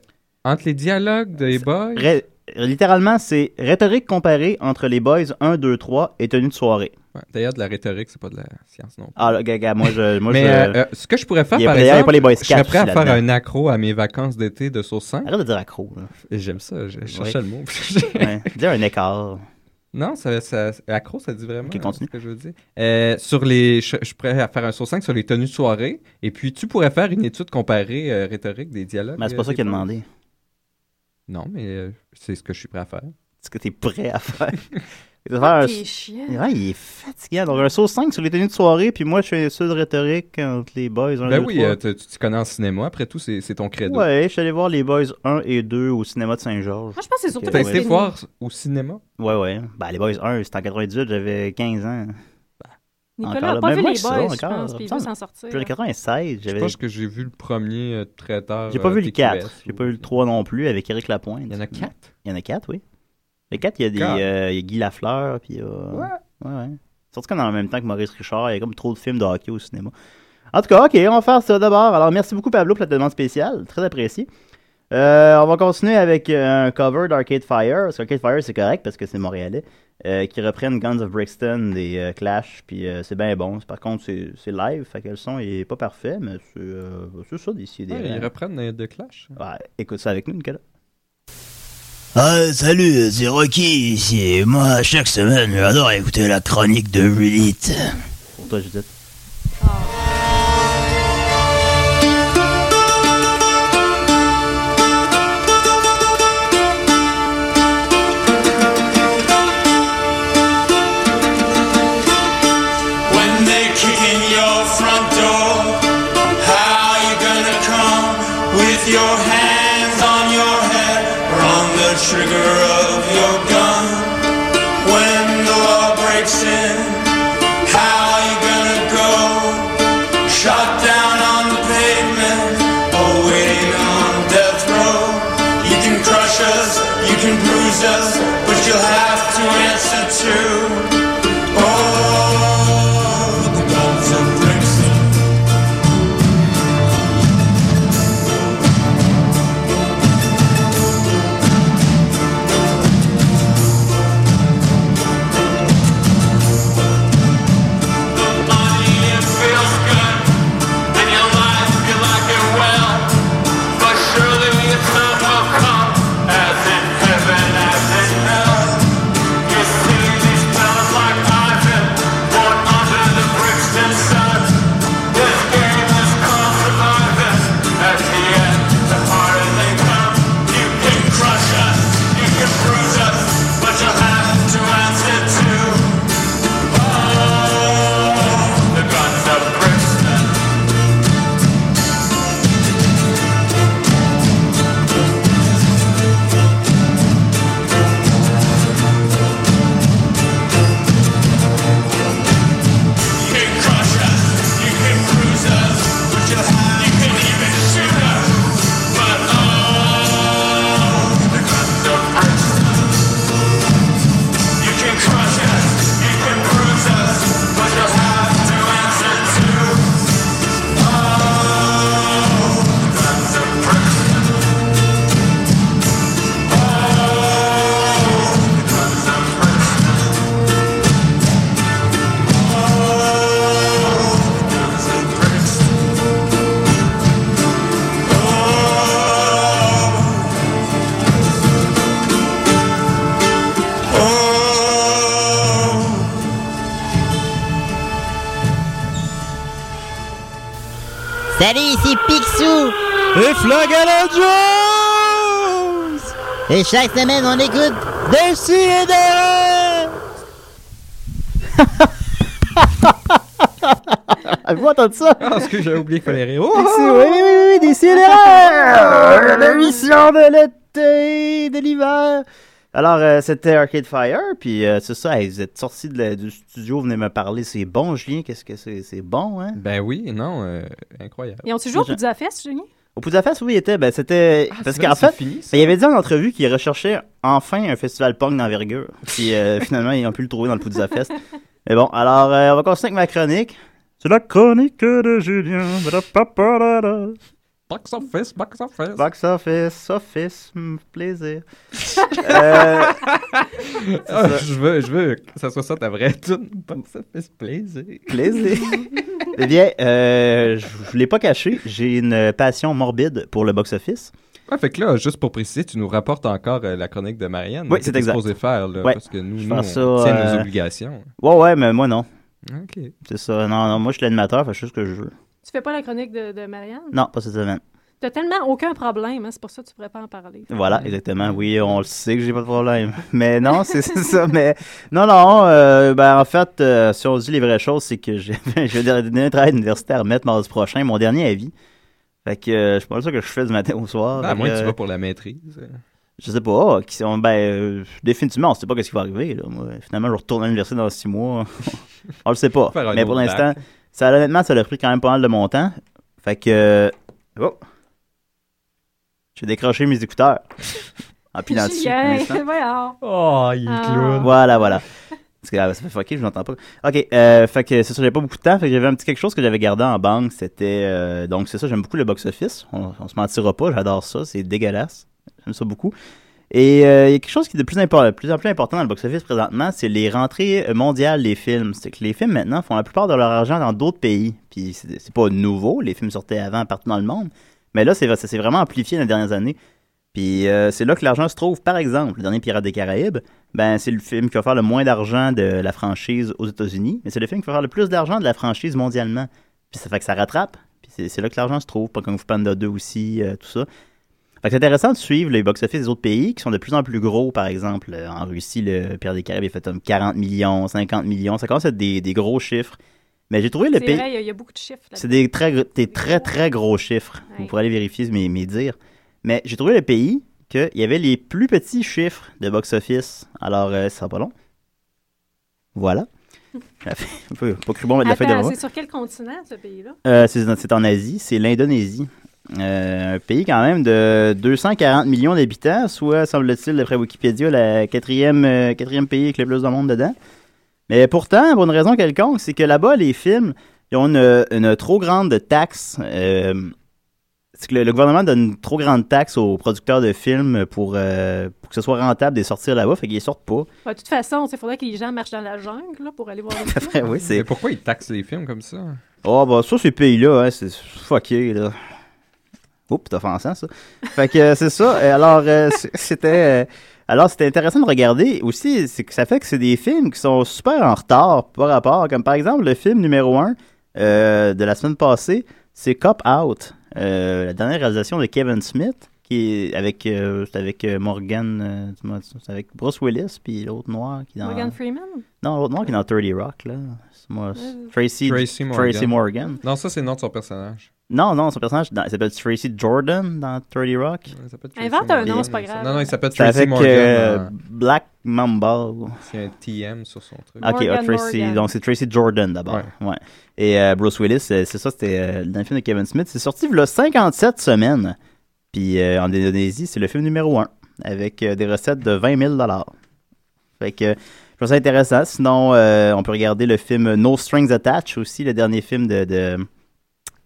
Speaker 5: entre les dialogues des boys
Speaker 3: Ré- littéralement, c'est rhétorique comparée entre les boys 1, 2, 3 et tenue de soirée.
Speaker 5: Ouais, D'ailleurs, de la rhétorique, c'est pas de la science non plus.
Speaker 3: Ah, là, gaga, moi, je. Moi,
Speaker 5: Mais
Speaker 3: je
Speaker 5: euh, euh, ce que je pourrais faire,
Speaker 3: il y a-
Speaker 5: par
Speaker 3: il y a
Speaker 5: exemple,
Speaker 3: pas les Boy
Speaker 5: je serais
Speaker 3: Scouts
Speaker 5: prêt à faire
Speaker 3: là-dedans. Ah,
Speaker 5: un accro à mes vacances d'été de sauce 5.
Speaker 3: Arrête de dire accro. là.
Speaker 5: Et J'aime ça, je je
Speaker 3: Ouais.
Speaker 5: cherchais le mot.
Speaker 3: Ouais. Dis un écart.
Speaker 5: non, ça, ça- accro, ça dit vraiment
Speaker 3: Ok,
Speaker 5: euh,
Speaker 3: continue.
Speaker 5: ce que je veux dire. Euh, sur les, je, je suis prêt à faire un sauce 5 sur les tenues de soirée. Et puis, tu pourrais faire une étude comparée euh, rhétorique des dialogues.
Speaker 3: Mais c'est
Speaker 5: euh,
Speaker 3: pas ça
Speaker 5: des
Speaker 3: qu'il a
Speaker 5: boys.
Speaker 3: demandé.
Speaker 5: Non, mais euh, c'est ce que je suis prêt à faire.
Speaker 3: Est-ce que t'es prêt à faire? Il va faire un-
Speaker 6: T'es chiant.
Speaker 3: Eh Ouais, il est fatiguant. Donc, un sauce 5 sur les tenues de soirée, puis moi, je suis un étude rhétorique entre les boys 1,
Speaker 5: ben
Speaker 3: 2,
Speaker 5: oui,
Speaker 3: 3.
Speaker 5: euh, tu tu t'y connais en cinéma. Après tout, c'est c'est ton credo.
Speaker 3: ouais, je suis allé voir les boys 1 et 2 au cinéma de Saint-Georges.
Speaker 6: Moi, je pense que c'est surtout
Speaker 3: Ok.
Speaker 5: T'as
Speaker 6: parce
Speaker 3: Ouais.
Speaker 5: été
Speaker 6: que...
Speaker 5: voir au cinéma?
Speaker 3: Ouais, ouais. Ben, les Boys 1, c'était en 98, j'avais 15 ans.
Speaker 6: Nicolas
Speaker 3: Encore là.
Speaker 6: n'a pas
Speaker 3: Mais
Speaker 6: vu
Speaker 3: moi,
Speaker 6: les
Speaker 3: c'est ça,
Speaker 6: boys, je
Speaker 3: encore,
Speaker 6: pense,
Speaker 3: ça
Speaker 6: puis il
Speaker 3: me
Speaker 6: veut
Speaker 3: semble.
Speaker 6: s'en sortir.
Speaker 3: J'avais 96,
Speaker 5: Je
Speaker 3: j'avais.
Speaker 5: pense que j'ai vu le premier euh, très tard.
Speaker 3: J'ai pas
Speaker 5: euh,
Speaker 3: vu le
Speaker 5: TQS
Speaker 3: 4, j'ai
Speaker 5: ou-
Speaker 3: pas vu le 3 non plus avec Eric Lapointe.
Speaker 5: Il y en a 4?
Speaker 3: Il y en a 4, oui. Le 4, il y a, des,
Speaker 5: Quatre.
Speaker 3: euh, il y a Guy Lafleur, puis il y a. Ouais, ouais. Surtout comme dans le même temps que Maurice Richard, il y a comme trop de films de hockey au cinéma. En tout cas, ok, on va faire ça d'abord. Alors, merci beaucoup Pablo pour la demande spéciale, très apprécié. Euh, on va continuer avec euh, un cover d'Arcade Fire, parce qu'Arcade Fire c'est correct parce que c'est montréalais, euh, qui reprennent Guns of Brixton des euh, Clash, puis euh, c'est bien bon. Par contre, c'est c'est live, fait que le son il est pas parfait, mais c'est euh, c'est ça d'ici. des
Speaker 5: Ouais, ils reprennent euh, The Clash.
Speaker 3: Ouais, écoute ça avec nous, Nicolas.
Speaker 8: Ah, salut, c'est Rocky ici. Moi, chaque semaine, j'adore écouter la chronique de Judith.
Speaker 3: Pour toi, Judith.
Speaker 9: When they kick in your front door, how you gonna come with your hands on your head or on the trigger of your gun? When the law breaks in, how you gonna go? Shot down on the pavement or waiting on death row? You can crush us, you can bruise us, but you'll have to answer to. Oh, the guns of Brixton. Money, it feels good, and your life, you like it well. But surely it's not will come as in heaven, as in hell. You see these fellas uh,
Speaker 10: Salut, ici Picsou.
Speaker 11: Et Flagala Jones.
Speaker 10: Et chaque semaine, on écoute Dessus et
Speaker 3: Avez-vous entendu ça?
Speaker 5: Ah, parce que j'avais oublié qu'il fallait rire. Oh!
Speaker 3: Ici, oui, oui, oui, oui, d'ici là! L'émission de l'été, de l'hiver. Alors, euh, c'était Arcade Fire, puis euh, c'est ça, hey, vous êtes sortis de la- du studio, venez me parler, c'est bon, Julien, qu'est-ce que c'est, c'est bon, hein?
Speaker 5: Ben oui, non, euh, incroyable.
Speaker 6: Ils ont-tu joué au bout des fesses, Julien?
Speaker 3: Au Pouls à Fesse, oui, il était, ben c'était... parce
Speaker 5: Ah, c'est vrai,
Speaker 3: qu'en
Speaker 5: c'est
Speaker 3: fait,
Speaker 5: fini,
Speaker 3: ben, il avait dit en entrevue qu'il recherchait enfin un festival punk d'envergure, puis euh, finalement, ils ont pu le trouver dans le Pouls à Fest. Mais bon, alors, euh, on va continuer avec ma chronique. C'est la chronique de Julien. Ba-da-pa-pa-da-da.
Speaker 5: Box office, box office.
Speaker 3: Box office, office, hmm, plaisir. Euh,
Speaker 5: Ah, je, veux, je veux que ça soit ça ta vraie tune. Box office, plaisir.
Speaker 3: plaisir. eh bien, euh, je ne l'ai pas caché, j'ai une passion morbide pour le box-office.
Speaker 5: Ouais, fait que là, juste pour préciser, tu nous rapportes encore euh, la chronique de Marianne.
Speaker 3: Oui,
Speaker 5: hein,
Speaker 3: c'est
Speaker 5: que t'es
Speaker 3: exact.
Speaker 5: supposé faire, là,
Speaker 3: Ouais.
Speaker 5: parce que nous,
Speaker 3: Je
Speaker 5: nous on
Speaker 3: fais ça,
Speaker 5: tient
Speaker 3: euh,
Speaker 5: nos obligations.
Speaker 3: Ouais, ouais, mais moi non.
Speaker 5: OK.
Speaker 3: C'est ça. Non, non, moi je suis l'animateur, fais juste ce que je veux.
Speaker 6: Tu fais pas la chronique de, de Marianne?
Speaker 3: Non, pas cette semaine.
Speaker 6: T'as tellement aucun problème, hein, c'est pour ça que tu pourrais pas en parler.
Speaker 3: Voilà, exactement. Oui, on le sait que j'ai pas de problème. Mais non, c'est c'est ça. Mais non, non. euh, ben, en fait, euh, si on dit les vraies choses, c'est que j'ai- je vais donner un travail d'universitaire à remettre mardi prochain, mon dernier avis. Fait que euh, je suis pas sûr que je fais du matin au soir.
Speaker 5: Ah, à
Speaker 3: Fait
Speaker 5: moins que
Speaker 3: que,
Speaker 5: tu vas pour la maîtrise.
Speaker 3: Je sais pas. Qui sont, ben, euh, définitivement, on sait pas ce qui va arriver. là. Moi, finalement, je retourne à l'université dans six mois. on le sait pas.
Speaker 5: Faire un
Speaker 3: Mais pour
Speaker 5: autre
Speaker 3: l'instant,
Speaker 5: bac.
Speaker 3: ça, honnêtement, ça a pris quand même pas mal de mon temps. Fait que. euh, Oh! J'ai décroché mes écouteurs. En pilant dessus. un
Speaker 6: Julien,
Speaker 3: instant.
Speaker 6: voyons.
Speaker 5: Oh, il
Speaker 6: Ah. clown.
Speaker 3: Voilà, voilà. Parce que ah, ça fait fucker, je n'entends pas. Ok, euh, fait que c'est ça, j'avais pas beaucoup de temps. Fait que j'avais un petit quelque chose que j'avais gardé en banque. C'était. euh, donc, c'est ça, j'aime beaucoup le box-office. On, on se mentira pas, j'adore ça. C'est dégueulasse. J'aime ça beaucoup. Et euh, il y a quelque chose qui est de plus, impor- plus en plus important dans le box-office présentement, c'est les rentrées mondiales des films. C'est que les films maintenant font la plupart de leur argent dans d'autres pays. Puis c'est c'est pas nouveau, les films sortaient avant partout dans le monde. Mais là, c'est- ça s'est vraiment amplifié dans les dernières années. Puis euh, c'est là que l'argent se trouve. Par exemple, le dernier Pirates des Caraïbes, ben, c'est le film qui va faire le moins d'argent de la franchise aux États-Unis, mais c'est le film qui va faire le plus d'argent de la franchise mondialement. Puis ça fait que ça rattrape. Puis c'est- c'est là que l'argent se trouve. Pas comme Panda 2 aussi, euh, tout ça. Fait que c'est intéressant de suivre les box-office des autres pays qui sont de plus en plus gros. Par exemple, euh, en Russie, le Pirates des Caraïbes il fait comme 40 millions, 50 millions. Ça commence à être des, des gros chiffres. Mais j'ai trouvé le
Speaker 6: C'est
Speaker 3: pays.
Speaker 6: vrai, il y a- il y, a beaucoup de chiffres. là.
Speaker 3: C'est des très, gr- des très, très gros chiffres. Vous pourrez aller vérifier mes, mes dires. Mais j'ai trouvé le pays qu'il y avait les plus petits chiffres de box-office. Alors, euh, ça sera pas long. Voilà. La feuille- un peu- pas cru bon mettre la feuille
Speaker 6: Attends,
Speaker 3: devant moi.
Speaker 6: c'est sur quel continent, ce pays-là?
Speaker 3: Euh, c'est c'est en Asie, c'est l'Indonésie. Euh, un pays quand même de 240 millions d'habitants, soit, semble-t-il, d'après Wikipédia, le quatrième, euh, quatrième pays avec le plus de monde dedans. Mais pourtant, pour une raison quelconque, c'est que là-bas, les films, ils ont une, une trop grande taxe. euh, c'est que le, le gouvernement donne une trop grande taxe aux producteurs de films pour, euh, pour que ce soit rentable de les sortir là-bas, fait qu'ils les sortent pas.
Speaker 6: Ouais, Bah, de toute façon, il faudrait que les gens marchent dans la jungle là, pour aller voir le film.
Speaker 3: Après, oui, c'est...
Speaker 5: Mais pourquoi ils taxent les films comme ça?
Speaker 3: Oh, bah, ça, ces pays-là, hein, c'est fucké, là. Oups, t'as offensant, ça. Fait que euh, c'est ça. Et Alors, euh, c- c'était. euh, alors, c'était intéressant de regarder aussi. C'est que ça fait que c'est des films qui sont super en retard par rapport. Comme par exemple, le film numéro 1 de la semaine passée, c'est Cop Out, euh, la dernière réalisation de Kevin Smith, qui est avec, euh, c'est avec euh, Morgan. euh, tu m'as dit ça, c'est avec Bruce Willis, puis l'autre noir qui est dans.
Speaker 6: Morgan Freeman?
Speaker 3: Non, l'autre noir qui est dans 30 Rock, là. C'est moi, c'est Tracy,
Speaker 5: Tracy Morgan.
Speaker 3: Tracy Morgan.
Speaker 5: Non, ça, c'est le nom de son personnage.
Speaker 3: Non, non, son personnage, dans- il s'appelle Tracy Jordan dans 30 Rock.
Speaker 5: Il s'appelle Tracy
Speaker 6: Invente un
Speaker 5: Morgan.
Speaker 6: nom, c'est pas grave.
Speaker 5: Non, non, il s'appelle
Speaker 3: C'est
Speaker 5: Tracy
Speaker 3: avec
Speaker 5: Morgan.
Speaker 3: euh,
Speaker 5: euh,
Speaker 3: Black Mamba.
Speaker 5: C'est un TM sur son truc.
Speaker 3: Ok,
Speaker 6: Morgan
Speaker 3: ah, Tracy,
Speaker 6: Morgan.
Speaker 3: donc c'est Tracy Jordan d'abord. Ouais. Et euh, Bruce Willis, euh, c'est ça, c'était euh, dans le film de Kevin Smith. C'est sorti il 57 semaines. Puis euh, en Indonésie, c'est le film numéro 1 avec euh, des recettes de 20 000 Fait que euh, je trouve ça intéressant. Sinon, euh, on peut regarder le film No Strings Attached aussi, le dernier film de, de,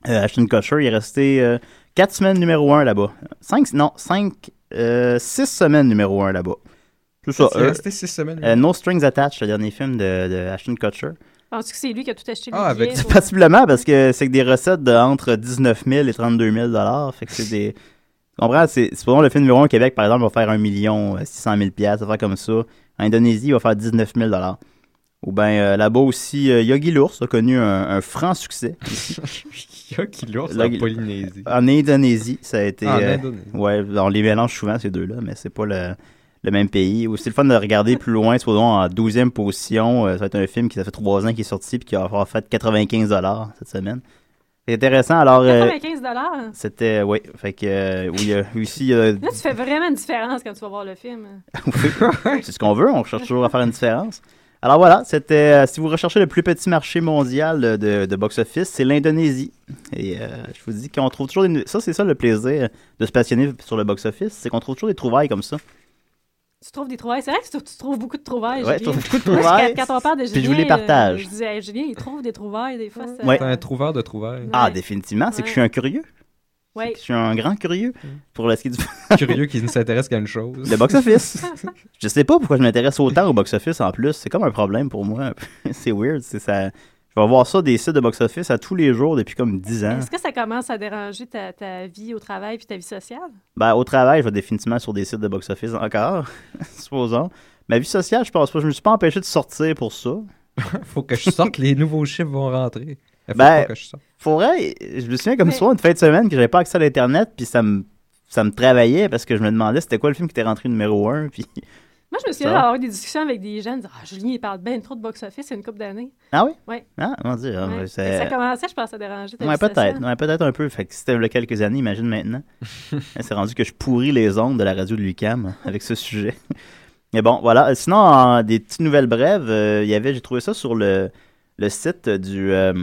Speaker 3: euh, Ashton Kutcher. Il est resté 4 semaines numéro 1 là-bas. 5, non, 5, 6 semaines numéro 1 là-bas. Tout ça.
Speaker 5: C'est
Speaker 3: euh,
Speaker 5: resté six semaines.
Speaker 3: euh, no Strings Attached, le dernier film de, de Ashton Kutcher.
Speaker 6: Penses-tu que c'est lui qui a tout acheté
Speaker 5: Ah,
Speaker 6: le billet?
Speaker 5: avec-
Speaker 6: pour-
Speaker 3: Possiblement parce que c'est que des recettes de entre 19 000 et 32 000 dollars. Fait que c'est des. Tu comprends? C'est c'est pour ça que le film numéro 1 au Québec, par exemple, va faire 1 million euh, 600 000 piastres, ça va faire comme ça. En Indonésie, il va faire 19 000 dollars. euh, Ou bien là-bas aussi, euh, Yogi l'ours a connu un, un franc succès. ici.
Speaker 5: Yogi l'ours
Speaker 3: Là,
Speaker 5: en
Speaker 3: il-
Speaker 5: Polynésie. Ah,
Speaker 3: En Indonésie, ça a été.
Speaker 5: En
Speaker 3: Ah, euh,
Speaker 5: Indonésie.
Speaker 3: ouais, on les mélange souvent, ces deux-là, mais c'est pas le, le même pays. Aussi, le fun de regarder plus loin, supposons en 12e position. euh, ça va être un film qui, ça fait trois ans qu'il est sorti puis qui va avoir fait 95 cette semaine. C'est intéressant. Alors, euh,
Speaker 6: 95 Ah, dollars.
Speaker 3: c'était. Oui, fait que. euh, oui, euh, aussi, il y a-
Speaker 6: Là, tu fais vraiment une différence quand tu vas voir le film.
Speaker 3: c'est ce qu'on veut, on cherche toujours à faire une différence. Alors voilà, c'était. euh, si vous recherchez le plus petit marché mondial euh, de, de box-office, c'est l'Indonésie. Et euh, je vous dis qu'on trouve toujours des. Ça, c'est ça le plaisir de se passionner sur le box-office, c'est qu'on trouve toujours des trouvailles comme ça.
Speaker 6: Tu trouves des trouvailles. C'est vrai que tu, tu trouves beaucoup de trouvailles.
Speaker 3: Ouais,
Speaker 6: Julien.
Speaker 3: je trouve beaucoup de
Speaker 6: Moi,
Speaker 3: trouvailles,
Speaker 6: Quand, quand on parle de
Speaker 3: puis je
Speaker 6: Julien,
Speaker 3: vous les
Speaker 6: euh,
Speaker 3: partage.
Speaker 6: je dis, Hey, Julien, il trouve des trouvailles des fois. ça-
Speaker 3: Ouais.
Speaker 5: T'es un trouveur de trouvailles.
Speaker 3: Ah, définitivement, c'est que je suis un curieux.
Speaker 6: Ouais.
Speaker 3: Je suis un grand curieux pour la ski du.
Speaker 5: Curieux qui ne s'intéresse qu'à une chose.
Speaker 3: Le box-office. je sais pas pourquoi je m'intéresse autant au box-office en plus. C'est comme un problème pour moi. c'est weird. C'est ça. Je vais voir ça des sites de box-office à tous les jours depuis comme 10 ans.
Speaker 6: Est-ce que ça commence à déranger ta, ta vie au travail puis ta vie sociale?
Speaker 3: Ben, au travail, je vais définitivement sur des sites de box-office encore, supposons. Ma vie sociale, je pense pas. Je me suis pas empêché de sortir pour ça.
Speaker 5: Faut que je sorte, les nouveaux chiffres vont rentrer. Faut
Speaker 3: Ben,
Speaker 5: pas que je sorte.
Speaker 3: Faudrait, je me souviens comme soir, une fin de semaine que j'avais pas accès à l'Internet, puis ça me, ça me travaillait parce que je me demandais c'était quoi le film qui était rentré numéro 1, puis...
Speaker 6: Moi, je me
Speaker 3: Ça
Speaker 6: souviens
Speaker 3: va.
Speaker 6: d'avoir eu des discussions avec des jeunes. Ah, Julien, il parle bien trop de box-office il y a une couple d'années.
Speaker 3: Ah oui?
Speaker 6: Ouais.
Speaker 3: Ah, mon Dieu. ah,
Speaker 6: Ouais.
Speaker 3: ben,
Speaker 6: Fait que
Speaker 3: c'est-
Speaker 6: Ça commençait, je pense, à déranger ta
Speaker 3: Ouais,
Speaker 6: vie
Speaker 3: peut-être.
Speaker 6: sociale.
Speaker 3: Ouais, peut-être un peu. Fait que c'était il y a quelques années, imagine maintenant. c'est rendu que je pourris les ondes de la radio de l'UCAM avec ce sujet. Mais bon, voilà. Euh, Sinon, en- des petites nouvelles brèves, euh, il y avait, j'ai trouvé ça sur le, le site du euh,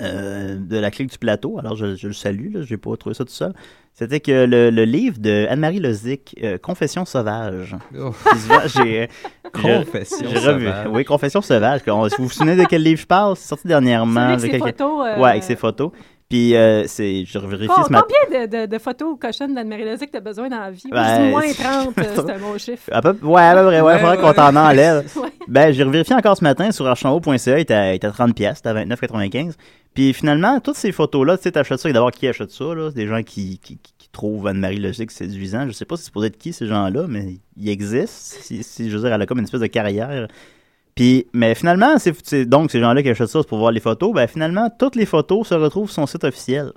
Speaker 3: euh, de la clique du plateau. Alors, je, je le salue, là, j'ai pas trouvé ça tout seul. C'était que le, le livre de Anne-Marie Lozic, euh, Confession sauvage.
Speaker 5: Oh.
Speaker 3: Puis souvent, j'ai- je-
Speaker 5: Confession
Speaker 3: j'ai revu-
Speaker 5: sauvage.
Speaker 3: Oui, Confession sauvage. qu'on- Vous vous souvenez de quel livre je parle? C'est sorti dernièrement.
Speaker 6: Celui avec
Speaker 3: avec
Speaker 6: ses
Speaker 3: quelqu'un-
Speaker 6: photos, euh,
Speaker 3: Ouais, avec ses photos. Puis, euh, c'est, je vérifie
Speaker 6: Com-
Speaker 3: ce matin.
Speaker 6: Combien de, de- de photos cochonnes d'Anne-Marie Lozic t'as besoin dans la vie? Moi, je dis
Speaker 3: Ben,
Speaker 6: moins
Speaker 3: c'est-
Speaker 6: 30, euh, c'est un bon chiffre.
Speaker 3: À peu, ouais, à peu près, ouais,
Speaker 6: Ouais,
Speaker 3: faudrait
Speaker 6: ouais.
Speaker 3: qu'on t'en enlève.
Speaker 6: Ouais.
Speaker 3: Ben, j'ai revérifié encore ce matin sur archambault.ca, il était à, il était à 30$, pièces, à 29,95$. Puis finalement, toutes ces photos-là, tu sais, t'achètes ça, et d'abord, qui achète ça, là? C'est des gens qui, qui, qui- qui trouvent Anne-Marie Logique séduisant. Je sais pas si c'est supposé être qui, ces gens-là, mais ils existent. Si, si, je veux dire, elle a comme une espèce de carrière. Puis, mais finalement, c'est, c'est donc ces gens-là qui achètent ça c'est pour voir les photos. Ben, finalement, toutes les photos se retrouvent sur son site officiel.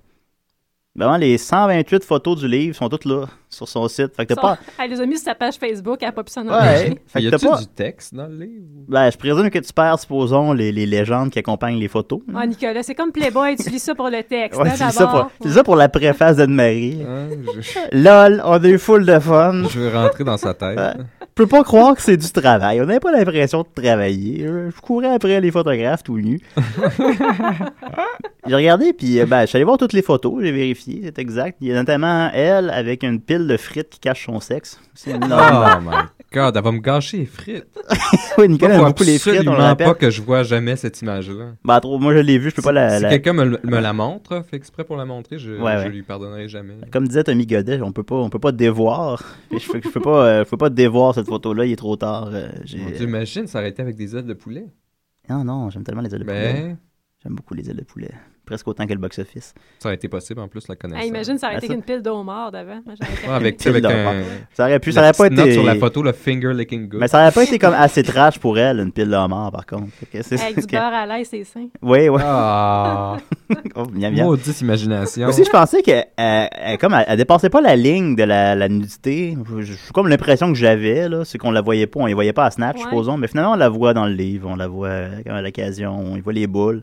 Speaker 3: Vraiment, les 128 photos du livre sont toutes là, sur son site. Fait que t'as
Speaker 6: Son-
Speaker 3: pas...
Speaker 6: Elle les a mis sur sa page Facebook, elle n'a pas pu s'en empêcher.
Speaker 3: Ouais. Fait
Speaker 5: Y
Speaker 3: que t'as
Speaker 5: a-tu
Speaker 3: pas...
Speaker 5: du texte dans le livre?
Speaker 3: Ben, je présume que tu perds, supposons, les, les légendes qui accompagnent les photos.
Speaker 6: Ah, Nicolas, c'est comme Playboy, tu lis ça pour le texte.
Speaker 3: Ouais,
Speaker 6: hein,
Speaker 3: tu lis ça
Speaker 6: d'abord.
Speaker 3: pour, tu lis ça pour la préface d'Anne-Marie.
Speaker 5: Hein? je...
Speaker 3: LOL, on a eu full de fun.
Speaker 5: Je veux rentrer dans sa tête.
Speaker 3: Ouais. Je peux pas croire que c'est du travail. On n'avait pas l'impression de travailler. Euh, Je courais après les photographes tout nu. j'ai regardé, puis euh, ben, je suis allé voir toutes les photos. J'ai vérifié, c'est exact. Il y a notamment elle avec une pile de frites qui cache son sexe. C'est une
Speaker 5: Oh
Speaker 3: norme.
Speaker 5: my god, elle va me gâcher les frites.
Speaker 3: Oui, Nicolas
Speaker 5: Moi,
Speaker 3: aime
Speaker 5: faut
Speaker 3: beaucoup les frites, on le
Speaker 5: absolument
Speaker 3: rappelle.
Speaker 5: pas que je vois jamais cette image-là.
Speaker 3: Ben, trop, moi, je l'ai vu, je peux pas la...
Speaker 5: si
Speaker 3: la-
Speaker 5: quelqu'un me, le- me la montre, hein, fait exprès pour la montrer, je,
Speaker 3: Ouais,
Speaker 5: je
Speaker 3: ouais.
Speaker 5: lui pardonnerai jamais.
Speaker 3: Comme disait Tommy Godet, on peut pas, on peut pas dévoir. Je, peux- je peux pas, euh, je peux pas dévoir cette photo-là, il est trop tard. euh, j'ai-
Speaker 5: Mon Dieu, imagine s'arrêter avec des ailes de poulet.
Speaker 3: non, non, j'aime tellement les ailes de poulet.
Speaker 5: Ben.
Speaker 3: J'aime beaucoup les ailes de poulet. Presque autant que le box-office.
Speaker 5: Ça aurait été possible en plus la connaissance.
Speaker 6: Hey, imagine, ça aurait été
Speaker 3: Ah, ça-
Speaker 6: qu'une pile d'homards d'avant. Moi, j'aurais
Speaker 5: Ouais, avec,
Speaker 3: Pile
Speaker 5: avec
Speaker 3: d'or.
Speaker 5: un-
Speaker 3: Ça aurait pu,
Speaker 5: la
Speaker 3: ça aurait pas
Speaker 5: petite note
Speaker 3: été-
Speaker 5: sur la photo, le finger licking good.
Speaker 3: Mais ça aurait pas été comme assez trash pour elle, une pile de mort, par contre. Fait que c'est-
Speaker 6: Avec du
Speaker 3: que-
Speaker 6: beurre à l'aise, c'est sain.
Speaker 3: Oui, oui.
Speaker 5: Ah!
Speaker 3: Oh, miam, miam.
Speaker 5: Maudite imagination.
Speaker 3: Aussi, je pensais qu'elle elle, elle- comme elle, elle dépassait pas la ligne de la, la nudité. Je- je- Comme l'impression que j'avais, là, c'est qu'on la voyait pas. On la voyait pas à Snatch,
Speaker 6: Ouais.
Speaker 3: supposons. Mais finalement, on la voit dans le livre. On la voit comme à l'occasion. On y voit les boules.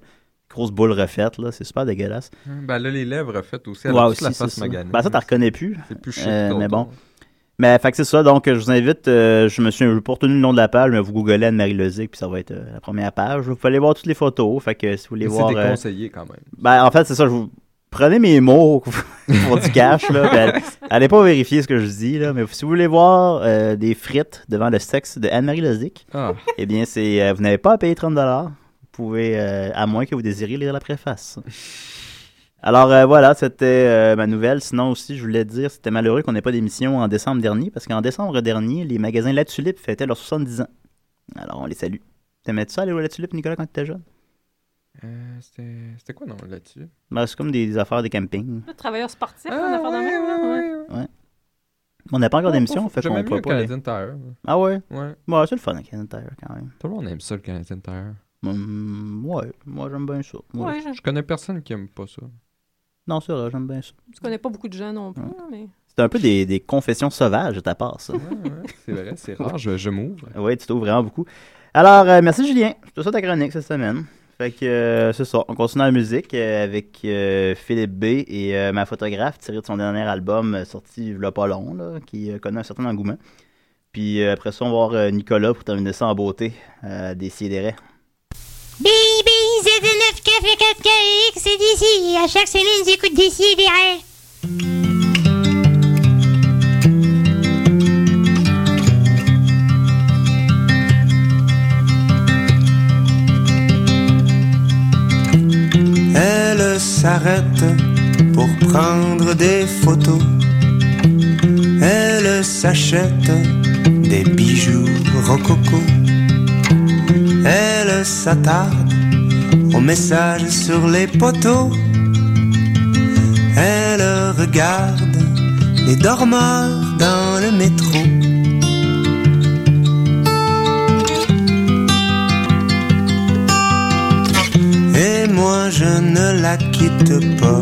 Speaker 3: Grosses boules refaites, là. C'est super dégueulasse.
Speaker 5: Ben là, les lèvres faites aussi.
Speaker 3: Ouais,
Speaker 5: Elle a toute
Speaker 3: aussi,
Speaker 5: la
Speaker 3: c'est
Speaker 5: face
Speaker 3: ça.
Speaker 5: maganée.
Speaker 3: Ben, ça, t'en reconnais plus.
Speaker 5: C'est plus chic.
Speaker 3: Euh,
Speaker 5: que
Speaker 3: mais
Speaker 5: l'autre.
Speaker 3: bon. Mais fait que c'est ça, donc euh, je vous invite, euh, je me suis je n'ai pas retenu le nom de la page, mais vous googlez Anne-Marie Lozic, puis ça va être euh, la première page. Vous pouvez aller voir toutes les photos, fait que si vous voulez
Speaker 5: Mais
Speaker 3: voir...
Speaker 5: C'est
Speaker 3: euh,
Speaker 5: déconseillé quand même.
Speaker 3: ben, en fait, c'est ça, je vous... Prenez mes mots pour du cash, là. ben, allez pas vérifier ce que je dis, là, mais si vous voulez voir euh, des frites devant le sexe de Anne-Marie Lozic,
Speaker 5: Ah,
Speaker 3: eh bien, c'est euh, vous n'avez pas à payer 30 Vous pouvez, euh, à moins que vous désiriez lire la préface. Alors euh, voilà, c'était euh, ma nouvelle. Sinon aussi, je voulais dire, c'était malheureux qu'on n'ait pas d'émission en décembre dernier, parce qu'en décembre dernier, les magasins La Tulipe fêtaient leurs 70 ans. Alors on les salue. T'aimais-tu ça aller au La Tulipe, Nicolas, quand t'étais jeune?
Speaker 5: euh, c'était c'était quoi non là-dessus? Ah,
Speaker 3: Ben, c'est comme des, des affaires de camping.
Speaker 6: Le travailleur
Speaker 3: Ah,
Speaker 6: sportif, on a fait de même. là, ouais.
Speaker 3: On n'a pas encore
Speaker 5: Ouais,
Speaker 3: d'émission,
Speaker 5: pas-
Speaker 3: fait qu'on
Speaker 5: J'aimais mieux
Speaker 3: peut
Speaker 5: le
Speaker 3: pas... aller.
Speaker 5: Canadian Tire.
Speaker 3: Ah ouais?
Speaker 5: Ouais.
Speaker 3: Moi, c'est le fun, le Canadian Tire, quand même.
Speaker 5: Tout le monde aime ça, le Canadian Tire.
Speaker 3: Hum, ouais, moi j'aime bien ça. Ouais.
Speaker 6: Ouais, je-
Speaker 5: Je connais personne qui aime pas ça.
Speaker 3: Non, c'est vrai, j'aime bien ça.
Speaker 6: Je connais pas beaucoup de gens non plus,
Speaker 3: Mm.
Speaker 6: mais...
Speaker 3: C'est un peu des, des confessions sauvages de ta part, ça.
Speaker 5: C'est vrai, c'est rare, je, je m'ouvre.
Speaker 3: Oui, tu t'ouvres vraiment beaucoup. Alors, euh, merci Julien. C'est tout ça ta chronique cette semaine. Fait que euh, c'est ça. On continue la musique euh, avec euh, Philippe B et euh, ma photographe tirée de son dernier album euh, sorti il y a pas long, là, qui euh, connaît un certain engouement. Puis euh, après ça, on va voir euh, Nicolas pour terminer ça en beauté, euh, des sidérés.
Speaker 12: Baby, Z9K4KX, c'est d'ici. À chaque semaine, j'écoute d'ici et verrai.
Speaker 7: Elle s'arrête pour prendre des photos. Elle s'achète des bijoux rococo. Elle s'attarde aux messages sur les poteaux. Elle regarde les dormeurs dans le métro. Et moi je ne la quitte pas.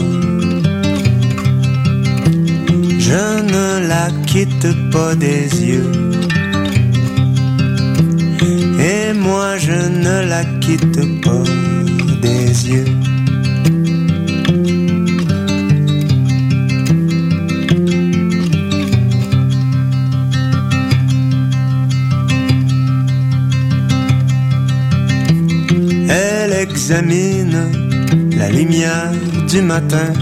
Speaker 7: Je ne la quitte pas des yeux. Et moi je ne la quitte pas des yeux. Elle examine la lumière du matin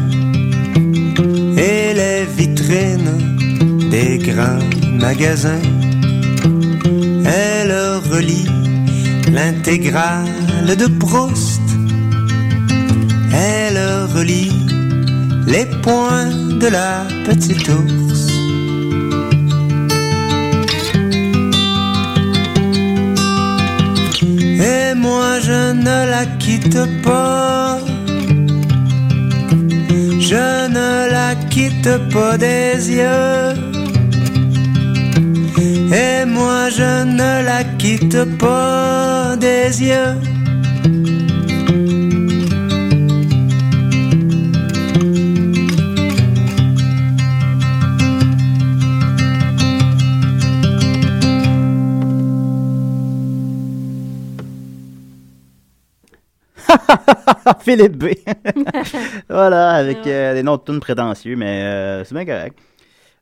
Speaker 7: et les vitrines des grands magasins. Elle relit l'intégrale de Proust. Elle relit les points de la petite ours. Et moi je ne la quitte pas. Je ne la quitte pas des yeux. Et moi je ne la quitte pas des yeux.
Speaker 3: Philippe B. voilà, avec euh, des noms de tunes prétentieux, mais euh, c'est bien correct.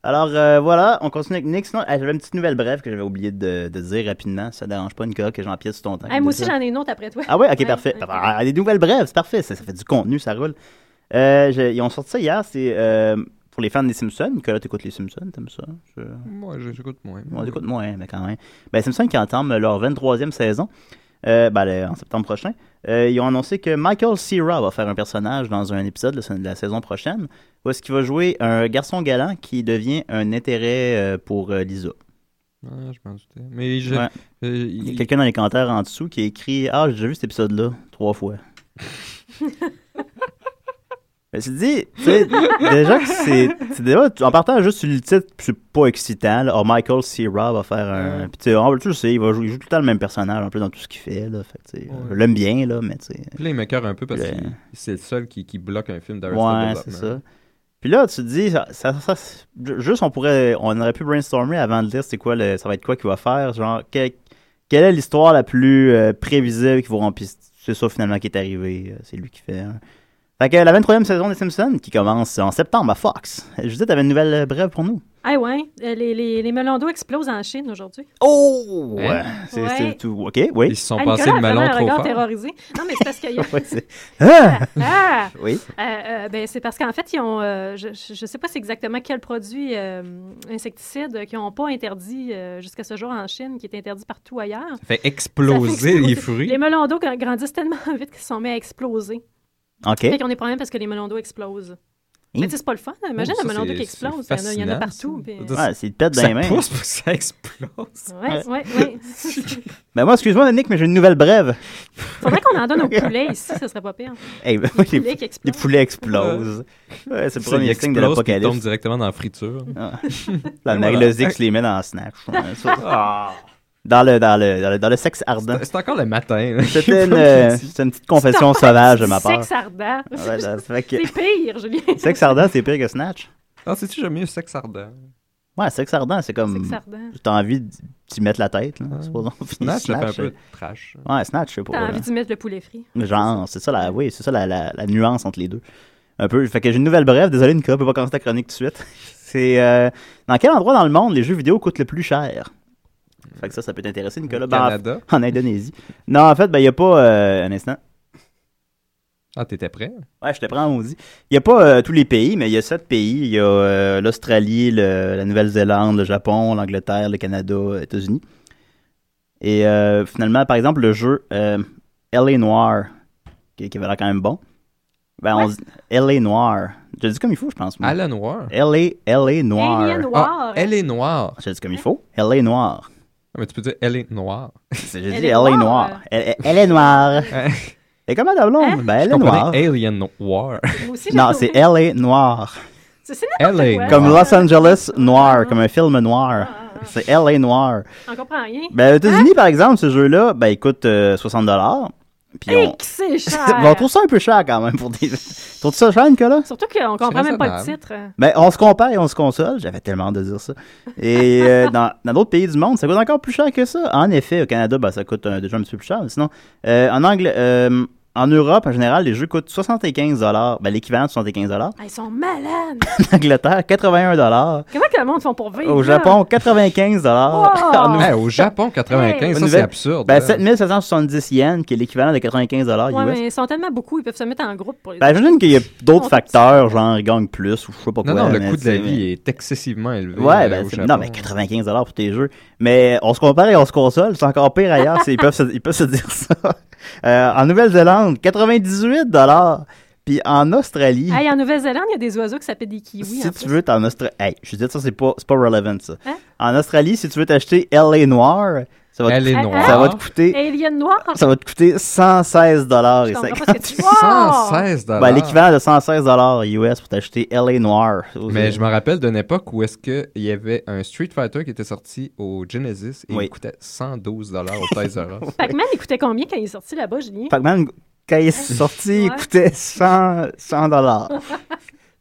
Speaker 3: Alors euh, voilà, on continue avec Nick. Sinon, ah, j'avais une petite nouvelle brève que j'avais oublié de, de dire rapidement. Ça ne dérange pas, Nicolas, que j'en pièce sur ton temps.
Speaker 6: Ah, moi aussi,
Speaker 3: Ça.
Speaker 6: j'en ai une autre après toi.
Speaker 3: Ah ouais, ok, parfait. Ah, ah, des nouvelles brèves, c'est parfait. Ça, ça fait du contenu, ça roule. Euh, j'ai- ils ont sorti ça hier, c'est euh, pour les fans des Simpsons. Nicolas, t'écoutes les Simpsons, t'aimes ça? Je...
Speaker 5: Moi, je- j'écoute moins.
Speaker 3: On écoute moins, mais quand même. Ben, Simpson qui entame leur 23e saison, euh, ben, le- en septembre prochain, euh, ils ont annoncé que Michael Cera va faire un personnage dans un épisode de sa- de la saison prochaine, où est-ce qu'il va jouer un garçon galant qui devient un intérêt euh, pour euh, Lisa.
Speaker 5: Ah, je m'en doutais. Mais je-
Speaker 3: Ouais.
Speaker 5: euh,
Speaker 3: Il y a
Speaker 5: il-
Speaker 3: quelqu'un dans les commentaires en dessous qui a écrit Ah, j'ai déjà vu cet épisode-là trois fois. Mais c'est dit, tu sais, déjà que c'est. c'est déjà, tu- en partant juste sur le titre, c'est pas excitant. là. Oh, Michael Cera va faire un. Puis tu sais, on- tu le sais, il, va jouer, il joue tout le temps le même personnage, en plus, dans tout ce qu'il fait. Là, fait que, tu sais, Je l'aime bien, là, mais tu sais.
Speaker 5: Puis là, il m'écœure un peu parce
Speaker 3: Le-
Speaker 5: que c'est le seul qui, qui bloque un film d'Arrested
Speaker 3: Ouais, c'est
Speaker 5: Development.
Speaker 3: ça. Puis là, tu te dis, ça, ça- ça- juste on pourrait, on aurait pu brainstormer avant de dire c'est quoi, le, ça va être quoi qu'il va faire, genre que- quelle est l'histoire la plus euh, prévisible qu'ils vont remplir. C'est ça finalement qui est arrivé, euh, c'est lui qui fait. hein. Fait que la 23e saison des Simpsons qui commence en septembre à Fox. Je disais, t'avais une nouvelle euh, brève pour nous.
Speaker 6: Ah ouais, euh, les, les, les melons d'eau explosent en Chine aujourd'hui.
Speaker 3: Oh!
Speaker 6: Hein?
Speaker 3: c'est
Speaker 6: Ouais.
Speaker 3: c'est tout. Ok, oui. Ils se
Speaker 6: Ah, Nicolas a vraiment un regard terrorisé. Non, mais c'est parce qu'il y a... Ah!
Speaker 3: hein? Oui.
Speaker 6: Euh, euh, ben, c'est parce qu'en fait, ils ont, euh, je ne sais pas c'est exactement quel produit euh, insecticide euh, qu'ils n'ont pas interdit euh, jusqu'à ce jour en Chine, qui est interdit partout ailleurs.
Speaker 5: Ça fait exploser les fruits.
Speaker 6: Les melons d'eau gra- grandissent tellement vite qu'ils se sont mis à exploser.
Speaker 3: OK.
Speaker 6: Fait qu'on est problème parce que les melons d'eau explosent. Mais tu sais, c'est pas le fun. hein. Imagine
Speaker 5: Oh,
Speaker 6: un
Speaker 5: ça,
Speaker 6: melon d'eau
Speaker 5: c'est-
Speaker 6: qui
Speaker 5: c'est
Speaker 6: explose. Il y en a- il y en a
Speaker 5: fascinant,
Speaker 6: partout. puis-
Speaker 5: Ça.
Speaker 3: Ouais, c'est le pète dans
Speaker 5: Ça
Speaker 3: les mains.
Speaker 5: pousse pour que ça explose.
Speaker 6: Ouais, ouais, ouais.
Speaker 3: Mais Ben, moi, excuse-moi, Nick, mais j'ai une nouvelle brève.
Speaker 6: Faudrait qu'on en donne aux poulets ici, ce serait pas pire.
Speaker 3: Hey, ben,
Speaker 6: Les
Speaker 3: les,
Speaker 6: poulets qui
Speaker 3: les
Speaker 6: explosent.
Speaker 3: poulets explosent. Ouais, c'est le
Speaker 5: Ça, il
Speaker 3: premier signe de
Speaker 5: explose, puis il
Speaker 3: l'apocalypse.
Speaker 5: tombe directement dans la friture.
Speaker 3: La
Speaker 5: Et
Speaker 3: Marie
Speaker 5: voilà.
Speaker 3: Lozic se les met dans Snatch. Ouais, ça- Ah. Dans le, dans le, dans le, dans le sexe ardent.
Speaker 5: C'est encore le matin. là.
Speaker 3: C'était une, euh, c'était une petite confession sauvage de ma part.
Speaker 6: Sexe ardent.
Speaker 3: Ouais, là, ça fait que-
Speaker 6: C'est pire, Julien.
Speaker 3: Sexe ardent, c'est pire que Snatch.
Speaker 5: Ah, c'est-tu j'aime mieux sexe ardent?
Speaker 3: Ouais, sexe ardent, c'est comme.
Speaker 6: Sexe ardent.
Speaker 3: T'as envie d'y mettre la tête, là. supposons. Puis
Speaker 5: Snatch, ça fait un peu
Speaker 3: euh,
Speaker 5: trash.
Speaker 3: Ouais, Snatch, je sais pas.
Speaker 5: Oh
Speaker 6: T'as
Speaker 3: là.
Speaker 6: envie d'y mettre le poulet frit.
Speaker 3: Genre, c'est ça, la, oui, c'est ça la, la- la nuance entre les deux. Un peu. Fait que j'ai une nouvelle brève. Désolé, Nicolas, on peut pas commencer ta chronique tout de suite. C'est euh, dans quel endroit dans le monde les jeux vidéo coûtent le plus cher? Fait que ça, ça peut t'intéresser, Nicolas.
Speaker 5: Au
Speaker 3: Ben, en-
Speaker 5: Canada?
Speaker 3: En, Indonésie. Non, en fait, ben, il n'y a pas. euh, un instant.
Speaker 5: Ah, t'étais prêt?
Speaker 3: Ouais, je te prends, on dit. Il n'y a pas euh, tous les pays, mais il y a sept pays. Il y a euh, l'Australie, le- la Nouvelle-Zélande, le Japon, l'Angleterre, le Canada, les États-Unis. Et euh, finalement, par exemple, le jeu euh, LA Noir, qui, qui avait l'air quand même bon. Ben, on dit LA Noir. Je le dis comme il faut, je pense. moi.
Speaker 5: Alan Noir.
Speaker 3: LA, LA Noir.
Speaker 6: Alien Noir. Ah,
Speaker 5: Elle est noire.
Speaker 3: Je le dis comme il faut. LA Noir.
Speaker 5: Ah, mais tu peux dire elle est noire.
Speaker 3: J'ai dit
Speaker 6: Elle est
Speaker 3: LA
Speaker 6: noire.
Speaker 3: Noir. Hein? Elle, elle est noire. Et comment ta blonde? Ben, elle est
Speaker 5: comprenais
Speaker 3: noire.
Speaker 5: Alien Noir.
Speaker 6: Moi aussi, j'ai
Speaker 3: Non,
Speaker 6: trouvé-
Speaker 3: c'est LA Noir.
Speaker 6: C'est c'est n'importe
Speaker 5: LA.
Speaker 6: quoi.
Speaker 3: Comme Los Angeles noir, comme un film noir.
Speaker 6: Ah,
Speaker 3: C'est LA noir.
Speaker 6: On comprend rien.
Speaker 3: Ben, aux États-Unis, par exemple, ce jeu-là, ben, il coûte euh, 60$. Puis
Speaker 6: Et
Speaker 3: on...
Speaker 6: que Eh, c'est
Speaker 3: Ben, on
Speaker 6: cher.
Speaker 3: trouve ça un peu cher quand même pour des. Trouves-tu ça cher, Nicolas?
Speaker 6: Surtout qu'on comprend même pas le
Speaker 5: raisonnable.
Speaker 6: titre.
Speaker 3: Ben, on se compare et on se console. J'avais tellement hâte de dire ça. Et euh, dans dans d'autres pays du monde, ça coûte encore plus cher que ça. En effet, au Canada, ben, ça coûte euh, déjà un petit peu plus cher. mais Sinon, euh, en Angle, euh, en Europe, en général, les jeux coûtent 75$. Ben, l'équivalent de 75$.
Speaker 6: Ah, ils sont malades.
Speaker 3: En Angleterre, 81$.
Speaker 6: Comment que le monde font pour vivre?
Speaker 3: Au
Speaker 6: là?
Speaker 3: Japon, 95
Speaker 6: Wow!
Speaker 3: En
Speaker 5: Hey, au Japon, 95,
Speaker 3: Au
Speaker 5: ça c'est
Speaker 3: Nouvelle-
Speaker 5: absurde.
Speaker 3: Ben,
Speaker 5: là.
Speaker 3: 7770 yens, qui est l'équivalent de 95 US.
Speaker 6: Ouais, mais ils sont tellement beaucoup, ils peuvent se mettre en groupe pour les.
Speaker 3: Ben, j'imagine qu'il y a
Speaker 6: On-
Speaker 3: d'autres facteurs, genre, ils gagnent plus ou je sais pas quoi.
Speaker 5: non, non, le
Speaker 3: mais
Speaker 5: coût de la
Speaker 3: c'est-
Speaker 5: vie est excessivement élevé.
Speaker 3: Ouais,
Speaker 5: euh,
Speaker 3: ben,
Speaker 5: au
Speaker 3: c'est-
Speaker 5: Japon.
Speaker 3: non, mais 95 pour tes jeux. Mais on se compare et on se console, c'est encore pire ailleurs, c'est- ils, peuvent se, ils peuvent se dire ça. Euh, en Nouvelle-Zélande, 98 Puis en Australie,
Speaker 6: Hey, en Nouvelle-Zélande, il y a des oiseaux qui s'appellent des kiwis. en
Speaker 3: si tu
Speaker 6: plus.
Speaker 3: veux, t'en Australie. Hey, je te dis ça, c'est pas, c'est pas relevant, ça.
Speaker 6: Hein?
Speaker 3: En Australie, si tu veux t'acheter LA Noir, ça va te
Speaker 5: Elle est
Speaker 6: Ah,
Speaker 5: noire.
Speaker 3: Ça va te coûter,
Speaker 6: Alien noir.
Speaker 3: ça va te coûter 116 dollars
Speaker 6: Je
Speaker 3: et
Speaker 6: comprends pas
Speaker 3: 50
Speaker 6: ce que tu Wow!
Speaker 5: 116 dollars.
Speaker 3: ben, l'équivalent de 116 dollars US pour t'acheter LA Noir.
Speaker 5: Mais je me rappelle d'une époque où est-ce qu'il y avait un Street Fighter qui était sorti au Genesis et
Speaker 3: Oui.
Speaker 5: il coûtait 112 dollars au Toys R Us.
Speaker 6: Pac-Man, il coûtait combien quand il est sorti là-bas, Julien?
Speaker 3: Pac-Man, quand il est sorti, il
Speaker 6: Ouais.
Speaker 3: coûtait 100 100 dollars.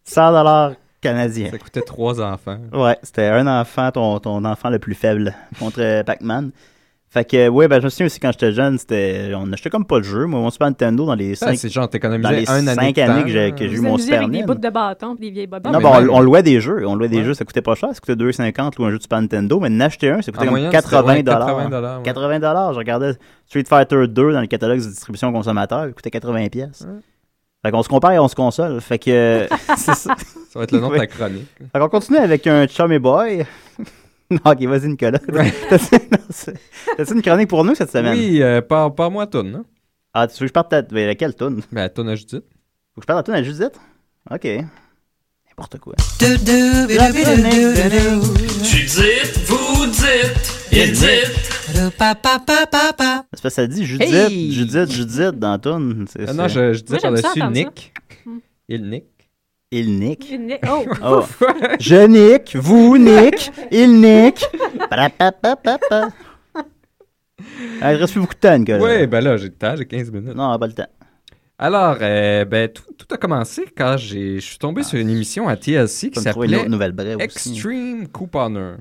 Speaker 3: 100 dollars canadiens.
Speaker 5: Ça coûtait trois enfants.
Speaker 3: Ouais, c'était un enfant, ton, ton enfant le plus faible contre euh, Pac-Man. Fait que, ouais, ben, je me souviens aussi quand j'étais jeune, c'était, on n'achetait comme pas le jeu. Moi, mon Super Nintendo, dans les
Speaker 5: Ah,
Speaker 3: 5
Speaker 5: c'est genre,
Speaker 3: dans les
Speaker 5: t'économisais un année.
Speaker 3: cinq
Speaker 5: de
Speaker 3: années
Speaker 5: temps,
Speaker 3: que j'ai-
Speaker 5: là.
Speaker 3: que j'ai eu
Speaker 6: Vous
Speaker 3: mon
Speaker 6: amusez
Speaker 3: Super
Speaker 6: avec des
Speaker 3: NES.
Speaker 6: bouts de bâton puis des vieilles bobettes.
Speaker 3: Non,
Speaker 5: mais
Speaker 3: bon,
Speaker 5: même-
Speaker 3: on, on louait des jeux. On louait des
Speaker 5: Ouais.
Speaker 3: jeux, ça coûtait pas cher. Ça coûtait 2,50 ou un jeu de Super Nintendo. Mais n'acheter un, ça
Speaker 5: En
Speaker 3: coûtait comme
Speaker 5: moyenne,
Speaker 3: 80
Speaker 5: c'était, ouais, 80
Speaker 3: dollars.
Speaker 5: dollars, ouais.
Speaker 3: 80 dollars. Je regardais Street Fighter 2 dans le catalogue de distribution consommateur. Il coûtait 80 pièces. Fait qu'on se compare et on se console. Fait que c'est ça.
Speaker 5: Ça va être le nom de ta chronique.
Speaker 3: Fait qu'on continue avec un chum et boy. non, ok, vas-y Nicolas. T'as-tu non, c'est- t'as-tu une chronique pour nous cette semaine?
Speaker 5: Oui, euh, par, par moi, Toon. Hein?
Speaker 3: Ah, tu veux que je parte ta... Mais laquelle toune?
Speaker 5: Ben, Toon à Judith.
Speaker 3: Faut que je parte la toune à Judith? Ok. N'importe quoi.
Speaker 9: Judith, vous dites, il dit,
Speaker 3: C'est parce que ça dit Judith,
Speaker 5: Hey!
Speaker 3: Judith, Judith dans la toune. C'est-
Speaker 5: Ah non,
Speaker 3: c'est-
Speaker 5: je, je disais
Speaker 6: Moi, j'aime ça
Speaker 5: par-dessus
Speaker 6: entendre ça.
Speaker 5: Nick. Il Nick.
Speaker 3: Il nique.
Speaker 6: Une- Oh,
Speaker 3: Oh. Je nique, vous nique, il nique. Pra-pa-pa-pa-pa. Ah, Il reste plus beaucoup de temps, Nicolas.
Speaker 5: Oui, ben là, j'ai le temps, j'ai 15 minutes.
Speaker 3: Non, on a pas le temps.
Speaker 5: Alors, euh, ben, tout, tout a commencé quand j'ai- je suis tombé sur une émission à TLC
Speaker 3: Ah, Tu
Speaker 5: qui
Speaker 3: vas me trouver une
Speaker 5: s'appelait
Speaker 3: autre nouvelle brève aussi. hein.
Speaker 5: Extreme Couponer.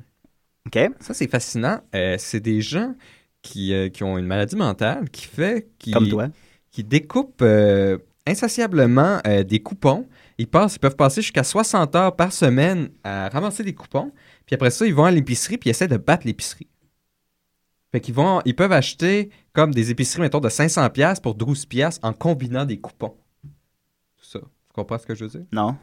Speaker 3: OK.
Speaker 5: Ça, c'est fascinant. Euh, c'est des gens qui, euh, qui ont une maladie mentale qui fait qu'ils
Speaker 3: Comme toi.
Speaker 5: qui découpent euh, insatiablement euh, des coupons. Ils, passent, ils peuvent passer jusqu'à 60 heures par semaine à ramasser des coupons. Puis après ça, ils vont à l'épicerie puis ils essaient de battre l'épicerie. Fait qu'ils vont, ils peuvent acheter comme des épiceries, mettons, de 500 pièces pour 12 pièces en combinant des coupons. Tout ça. Tu comprends ce que je veux dire?
Speaker 3: Non.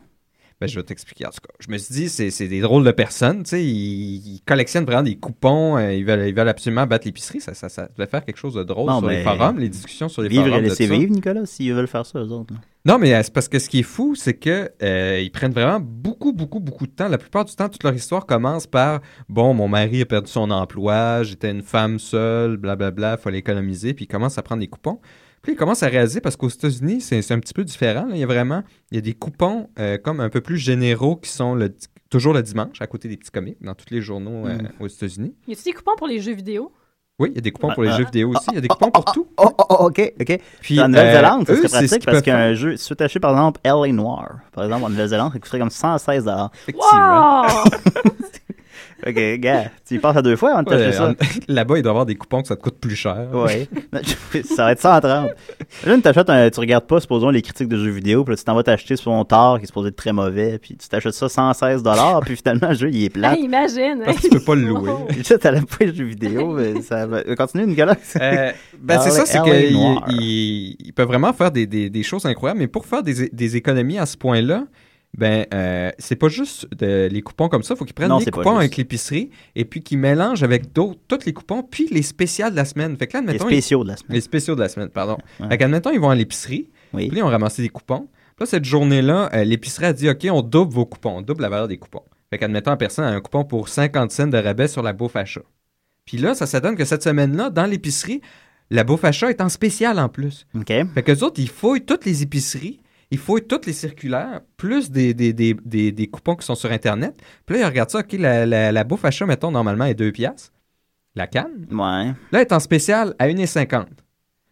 Speaker 5: Ben, je vais t'expliquer en tout cas. Je me suis dit, c'est c'est des drôles de personnes, tu sais. Ils, ils collectionnent vraiment des coupons, euh, ils, veulent, ils veulent absolument battre l'épicerie. Ça, ça, ça devait faire quelque chose de drôle
Speaker 3: Non,
Speaker 5: sur
Speaker 3: mais-
Speaker 5: les forums, les discussions sur les
Speaker 3: Vivre
Speaker 5: forums.
Speaker 3: et
Speaker 5: de
Speaker 3: laisser
Speaker 5: ça.
Speaker 3: vivre, Nicolas, s'ils veulent faire ça, eux autres. là.
Speaker 5: Non, mais euh, c'est parce que ce qui est fou, c'est que euh, ils prennent vraiment beaucoup, beaucoup, beaucoup de temps. La plupart du temps, toute leur histoire commence par bon, mon mari a perdu son emploi, j'étais une femme seule, blablabla, il fallait économiser, puis ils commencent à prendre des coupons. Puis ils commencent à réaliser parce qu'aux États-Unis, c'est c'est un petit peu différent. là. Il y a vraiment il y a des coupons euh, comme un peu plus généraux qui sont le di- toujours le dimanche à côté des petits comics dans tous les journaux euh,
Speaker 3: Mm.
Speaker 5: aux États-Unis.
Speaker 6: y a-tu des coupons pour les jeux vidéo?
Speaker 5: Oui, il y a des
Speaker 3: Ah,
Speaker 5: coupons pour les jeux vidéo aussi. Il y a des coupons pour tout.
Speaker 3: Oh, oh, oh, ok, ok.
Speaker 5: Puis,
Speaker 3: Puis en Nouvelle-Zélande, ça,
Speaker 5: euh, eux,
Speaker 3: c'est
Speaker 5: c'est ce
Speaker 3: pratique
Speaker 5: qu'ils
Speaker 3: parce
Speaker 5: peuvent
Speaker 3: qu'un
Speaker 5: faire.
Speaker 3: jeu, si tu achètes par exemple LA Noir, par exemple en Nouvelle-Zélande, ça coûterait comme 116 dollars. Ok, gars, tu y penses à deux fois avant de
Speaker 5: Ouais,
Speaker 3: t'acheter ça.
Speaker 5: en- Là-bas, il doit y avoir des coupons que ça te coûte plus cher.
Speaker 3: Ouais. ça va être 130. Imagine, t'achètes un, tu regardes pas, supposons, les critiques de jeux vidéo, puis là, tu t'en vas t'acheter sur mon tard qui est supposé être très mauvais, puis tu t'achètes ça 116 dollars, puis finalement, le jeu, il est plat.
Speaker 6: Hey, imagine.
Speaker 5: peux pas le louer.
Speaker 3: Ça, t'as la pas les jeux vidéo, mais ça va. Continue, Nicolas.
Speaker 5: Euh, ben, c'est
Speaker 3: Ah
Speaker 5: ça,
Speaker 3: ouais,
Speaker 5: c'est
Speaker 3: ah
Speaker 5: qu'ils
Speaker 3: ouais, noir.
Speaker 5: peuvent vraiment faire des, des- des choses incroyables, mais pour faire des, des économies à ce point-là, ben, euh, c'est pas juste de- les coupons comme ça, il faut qu'ils prennent
Speaker 3: Non,
Speaker 5: les
Speaker 3: c'est pas
Speaker 5: coupons
Speaker 3: juste.
Speaker 5: avec l'épicerie et puis qu'ils mélangent avec d'autres, tous les coupons, puis les spéciales de la semaine. Fait que là,
Speaker 3: Les
Speaker 5: admettons, ils-
Speaker 3: spéciaux de la semaine.
Speaker 5: les spéciaux de la semaine, pardon. Fait qu'admettons, ils vont à l'épicerie,
Speaker 3: oui.
Speaker 5: puis là, ils ont ramassé des coupons. Puis là, cette journée-là, euh, l'épicerie a dit OK, on double vos coupons, on double la valeur des coupons. Fait qu'admettons, la personne a un coupon pour 50 cents de rabais sur la bouffe achat. Puis là, ça, ça donne que cette semaine-là, dans l'épicerie, la bouffe achat est en spécial en plus.
Speaker 3: OK.
Speaker 5: Fait qu'eux autres, ils fouillent toutes les épiceries, ils fouillent toutes les circulaires, plus des, des, des, des, des coupons qui sont sur Internet. Puis là, ils regardent ça, OK, la, la, la bouffe achat, mettons, normalement, est 2 piastres. La canne.
Speaker 3: Ouais.
Speaker 5: Là, elle est en spécial à 1,50.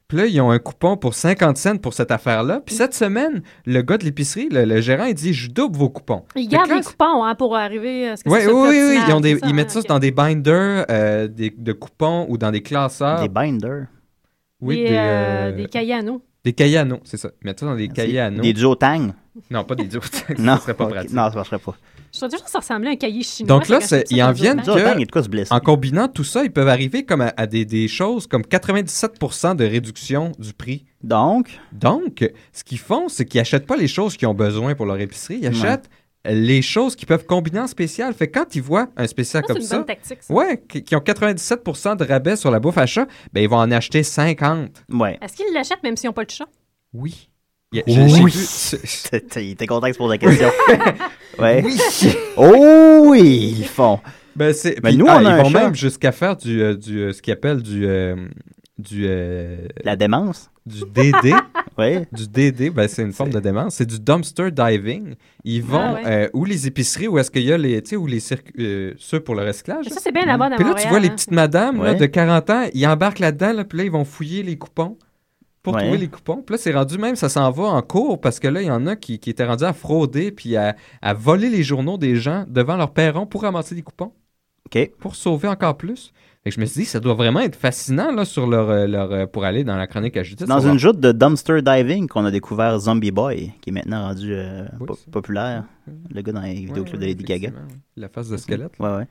Speaker 5: Puis là, ils ont un coupon pour 50 cents pour cette affaire-là. Puis cette semaine, le gars de l'épicerie, le, le gérant, il dit Je double vos coupons.
Speaker 6: Ils gardent
Speaker 5: Fait que
Speaker 6: les
Speaker 5: là,
Speaker 6: coupons hein, pour arriver à ce que
Speaker 5: Ouais,
Speaker 6: ce soit
Speaker 5: oui, oui, oui.
Speaker 6: pertinent,
Speaker 5: Ils, ont des-
Speaker 6: c'est ça,
Speaker 5: ils mettent
Speaker 6: hein,
Speaker 5: ça
Speaker 6: ok.
Speaker 5: dans des binders euh, des- de coupons ou dans des classeurs.
Speaker 3: Des binders.
Speaker 5: Oui,
Speaker 6: des,
Speaker 5: des,
Speaker 6: euh,
Speaker 5: euh,
Speaker 6: des cahiers à nous.
Speaker 5: des cahiers à noms, c'est ça. Ils mettent ça dans des cahiers à noms.
Speaker 3: Ah, Des duos tang.
Speaker 5: Non, pas des duos. ça
Speaker 3: Non,
Speaker 5: serait pas
Speaker 3: ok.
Speaker 5: pratique.
Speaker 3: Non, ça marcherait pas.
Speaker 6: Je trouve toujours que ça ressemblait à un cahier chinois.
Speaker 5: Donc là,
Speaker 6: quand
Speaker 5: c'est-
Speaker 6: j'achète ça
Speaker 5: ils en
Speaker 6: dans un
Speaker 5: viennent
Speaker 6: banc.
Speaker 3: Duo tang, il y a
Speaker 5: que,
Speaker 3: de quoi se blesser.
Speaker 5: en combinant tout ça, ils peuvent arriver comme à, à des, des choses comme 97% de réduction du prix.
Speaker 3: Donc,
Speaker 5: Donc, ce qu'ils font, c'est qu'ils achètent pas les choses qu'ils ont besoin pour leur épicerie, ils
Speaker 3: Ouais.
Speaker 5: achètent les choses qu'ils peuvent combiner en spécial. Fait que quand ils voient un spécial
Speaker 6: Ça,
Speaker 5: comme
Speaker 6: c'est une
Speaker 5: ça,
Speaker 6: bonne tactique. ça.
Speaker 5: ouais, qui qui ont 97% de rabais sur la bouffe achat, ben ils vont en acheter 50.
Speaker 3: ouais.
Speaker 6: Est-ce qu'ils l'achètent même s'ils n'ont pas de chat?
Speaker 5: Oui. Il y a- j'ai- j'ai
Speaker 3: Oui.
Speaker 5: vu- c'est-
Speaker 3: T'es- t'es- Il était content que tu poses la question. ouais. Oh oui, ils le font.
Speaker 5: ben, c'est-
Speaker 3: Mais
Speaker 5: puis,
Speaker 3: nous,
Speaker 5: ah,
Speaker 3: on a
Speaker 5: ils
Speaker 3: un
Speaker 5: vont
Speaker 3: chat.
Speaker 5: même jusqu'à faire du, euh, du euh, ce qu'ils appellent du euh, du euh,
Speaker 3: La démence.
Speaker 5: du DD.
Speaker 3: Ouais.
Speaker 5: du DD, ben, c'est une forme de démence. C'est du dumpster diving. Ils vont
Speaker 6: Ah ouais.
Speaker 5: euh, où les épiceries, où est-ce qu'il y a les, tu sais, où les circu- euh, ceux pour le recyclage.
Speaker 6: Mais ça, c'est bien avant
Speaker 5: Puis là, tu
Speaker 6: hein.
Speaker 5: vois les petites madames là,
Speaker 3: Ouais.
Speaker 5: de 40 ans, ils embarquent là-dedans, là, puis là, ils vont fouiller les coupons pour
Speaker 3: Ouais.
Speaker 5: trouver les coupons. Puis là, c'est rendu même, ça s'en va en cours parce que là, il y en a qui, qui étaient rendus à frauder puis à, à voler les journaux des gens devant leur perron pour ramasser des coupons,
Speaker 3: OK.
Speaker 5: pour sauver encore plus. Fait que je me suis dit, ça doit vraiment être fascinant là, sur leur, euh, leur, euh, pour aller dans la chronique à Judith.
Speaker 3: Dans
Speaker 5: savoir-
Speaker 3: une joute de dumpster diving qu'on a découvert Zombie Boy, qui est maintenant rendu euh,
Speaker 5: Oui,
Speaker 3: po-
Speaker 5: c'est-
Speaker 3: populaire. Le gars dans les
Speaker 5: Ouais,
Speaker 3: vidéoclips de
Speaker 5: ouais,
Speaker 3: Lady Gaga.
Speaker 5: effectivement, ouais. La face de squelette.
Speaker 3: Ouais, ouais.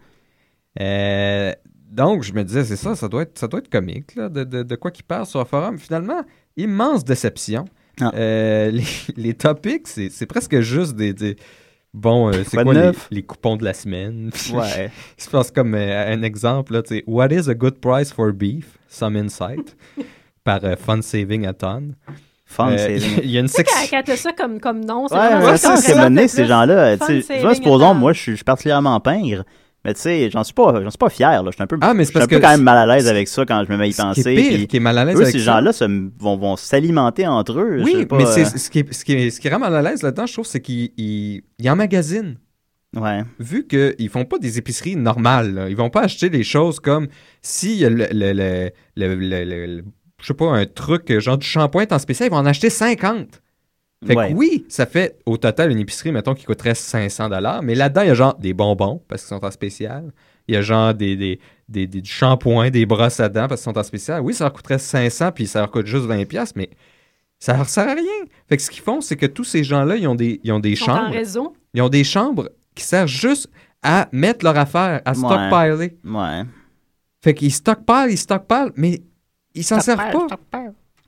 Speaker 5: Euh, donc, je me disais, c'est ça, ça doit être, ça doit être comique, là, de, de- de quoi qu'il parle sur le forum. Finalement, immense déception.
Speaker 3: Ah.
Speaker 5: Euh, les, les topics, c'est c'est presque juste des. des- Bon, euh, c'est
Speaker 3: Pas de
Speaker 5: quoi les,
Speaker 3: neuf.
Speaker 5: les coupons de la semaine?
Speaker 3: Ouais.
Speaker 5: Je pense comme euh, un exemple, là, tu sais, What is a good price for beef? Some insight. par euh, Fun Saving a Ton.
Speaker 3: Fun,
Speaker 5: Euh,
Speaker 3: c'est.
Speaker 5: Il y a une
Speaker 6: Tu sais, quand-
Speaker 5: section.
Speaker 6: quand t'as ça comme, comme nom, c'est
Speaker 3: Ouais,
Speaker 6: vraiment
Speaker 3: ouais,
Speaker 6: ça
Speaker 3: ça,
Speaker 6: qu'on
Speaker 3: c'est
Speaker 6: présente le
Speaker 3: mené, ces
Speaker 6: plus.
Speaker 3: gens-là.
Speaker 6: Fun
Speaker 3: Tu sais, tu vois,
Speaker 6: saving
Speaker 3: supposons,
Speaker 6: account.
Speaker 3: moi, je suis je suis particulièrement pingre. Mais tu sais, j'en suis pas, j'en suis pas fier, là. Je suis un peu,
Speaker 5: Ah, mais
Speaker 3: je
Speaker 5: c'est
Speaker 3: suis un
Speaker 5: parce
Speaker 3: peu
Speaker 5: que
Speaker 3: quand même mal à l'aise
Speaker 5: ce-
Speaker 3: avec ça quand je me mets à y
Speaker 5: Ce qui
Speaker 3: penser.
Speaker 5: est pire,
Speaker 3: puis
Speaker 5: qui est mal à l'aise
Speaker 3: eux,
Speaker 5: avec
Speaker 3: ces
Speaker 5: ça.
Speaker 3: gens-là se- vont, vont s'alimenter entre eux. je sais
Speaker 5: Oui,
Speaker 3: pas,
Speaker 5: mais
Speaker 3: euh,
Speaker 5: c'est ce qui, est- ce qui, est- ce qui rend mal à l'aise là-dedans, je trouve, c'est qu'ils ils- ils emmagasinent.
Speaker 3: Ouais.
Speaker 5: vu qu'ils font pas des épiceries normales, là. ils vont pas acheter des choses comme si le, le, le- le- le- le- le- je sais pas, un truc, euh, genre du shampoing est en spécial, ils vont en acheter 50. Fait
Speaker 3: Ouais.
Speaker 5: que oui, ça fait au total une épicerie, mettons, qui coûterait 500 mais là-dedans, il y a genre des bonbons parce qu'ils sont en spécial. Il y a genre des, des, des, des- du shampoing, des brosses à dents parce qu'ils sont en spécial. Oui, ça leur coûterait 500 puis ça leur coûte juste 20 pièces, mais ça leur sert à rien. Fait que ce qu'ils font, c'est que tous ces gens-là, ils ont des, ils ont des
Speaker 6: Ils sont en
Speaker 5: chambres.
Speaker 6: réseau.
Speaker 5: Ils ont des chambres qui servent juste à mettre leur affaire, à
Speaker 3: Ouais.
Speaker 5: stockpiler.
Speaker 3: Ouais.
Speaker 5: Fait qu'ils stockpilent, ils stockpilent, mais ils s'en servent pas.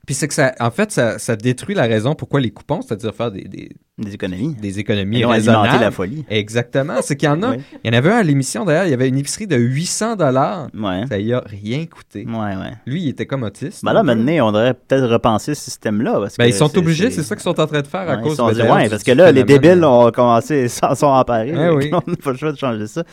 Speaker 5: Puis c'est que ça, en fait, ça, ça détruit la raison pourquoi les coupons, c'est-à-dire faire des, des,
Speaker 3: Des économies.
Speaker 5: des économies
Speaker 3: Ils ont alimenté
Speaker 5: raisonnables.
Speaker 3: la folie.
Speaker 5: Exactement. C'est qu'il y en a.
Speaker 3: Oui.
Speaker 5: Il y en avait un à l'émission d'ailleurs, il y avait une épicerie de 800 dollars.
Speaker 3: Ouais.
Speaker 5: Ça lui a rien coûté.
Speaker 3: Ouais, ouais.
Speaker 5: Lui, il était comme autiste.
Speaker 3: Mm. Ben là,
Speaker 5: un peu.
Speaker 3: maintenant, on devrait peut-être repenser ce système-là. parce
Speaker 5: Ben,
Speaker 3: que
Speaker 5: ils sont obligés, c'est ça qu'ils sont en train de faire à
Speaker 3: Ouais, ils
Speaker 5: cause
Speaker 3: se sont
Speaker 5: ben,
Speaker 3: dit,
Speaker 5: d'ailleurs,
Speaker 3: ouais,
Speaker 5: du-
Speaker 3: parce que
Speaker 5: du
Speaker 3: là, les
Speaker 5: phénomène,
Speaker 3: débiles
Speaker 5: euh,
Speaker 3: ont commencé, s'en sont emparés.
Speaker 5: Eh oui.
Speaker 3: On n'a pas le choix de changer ça.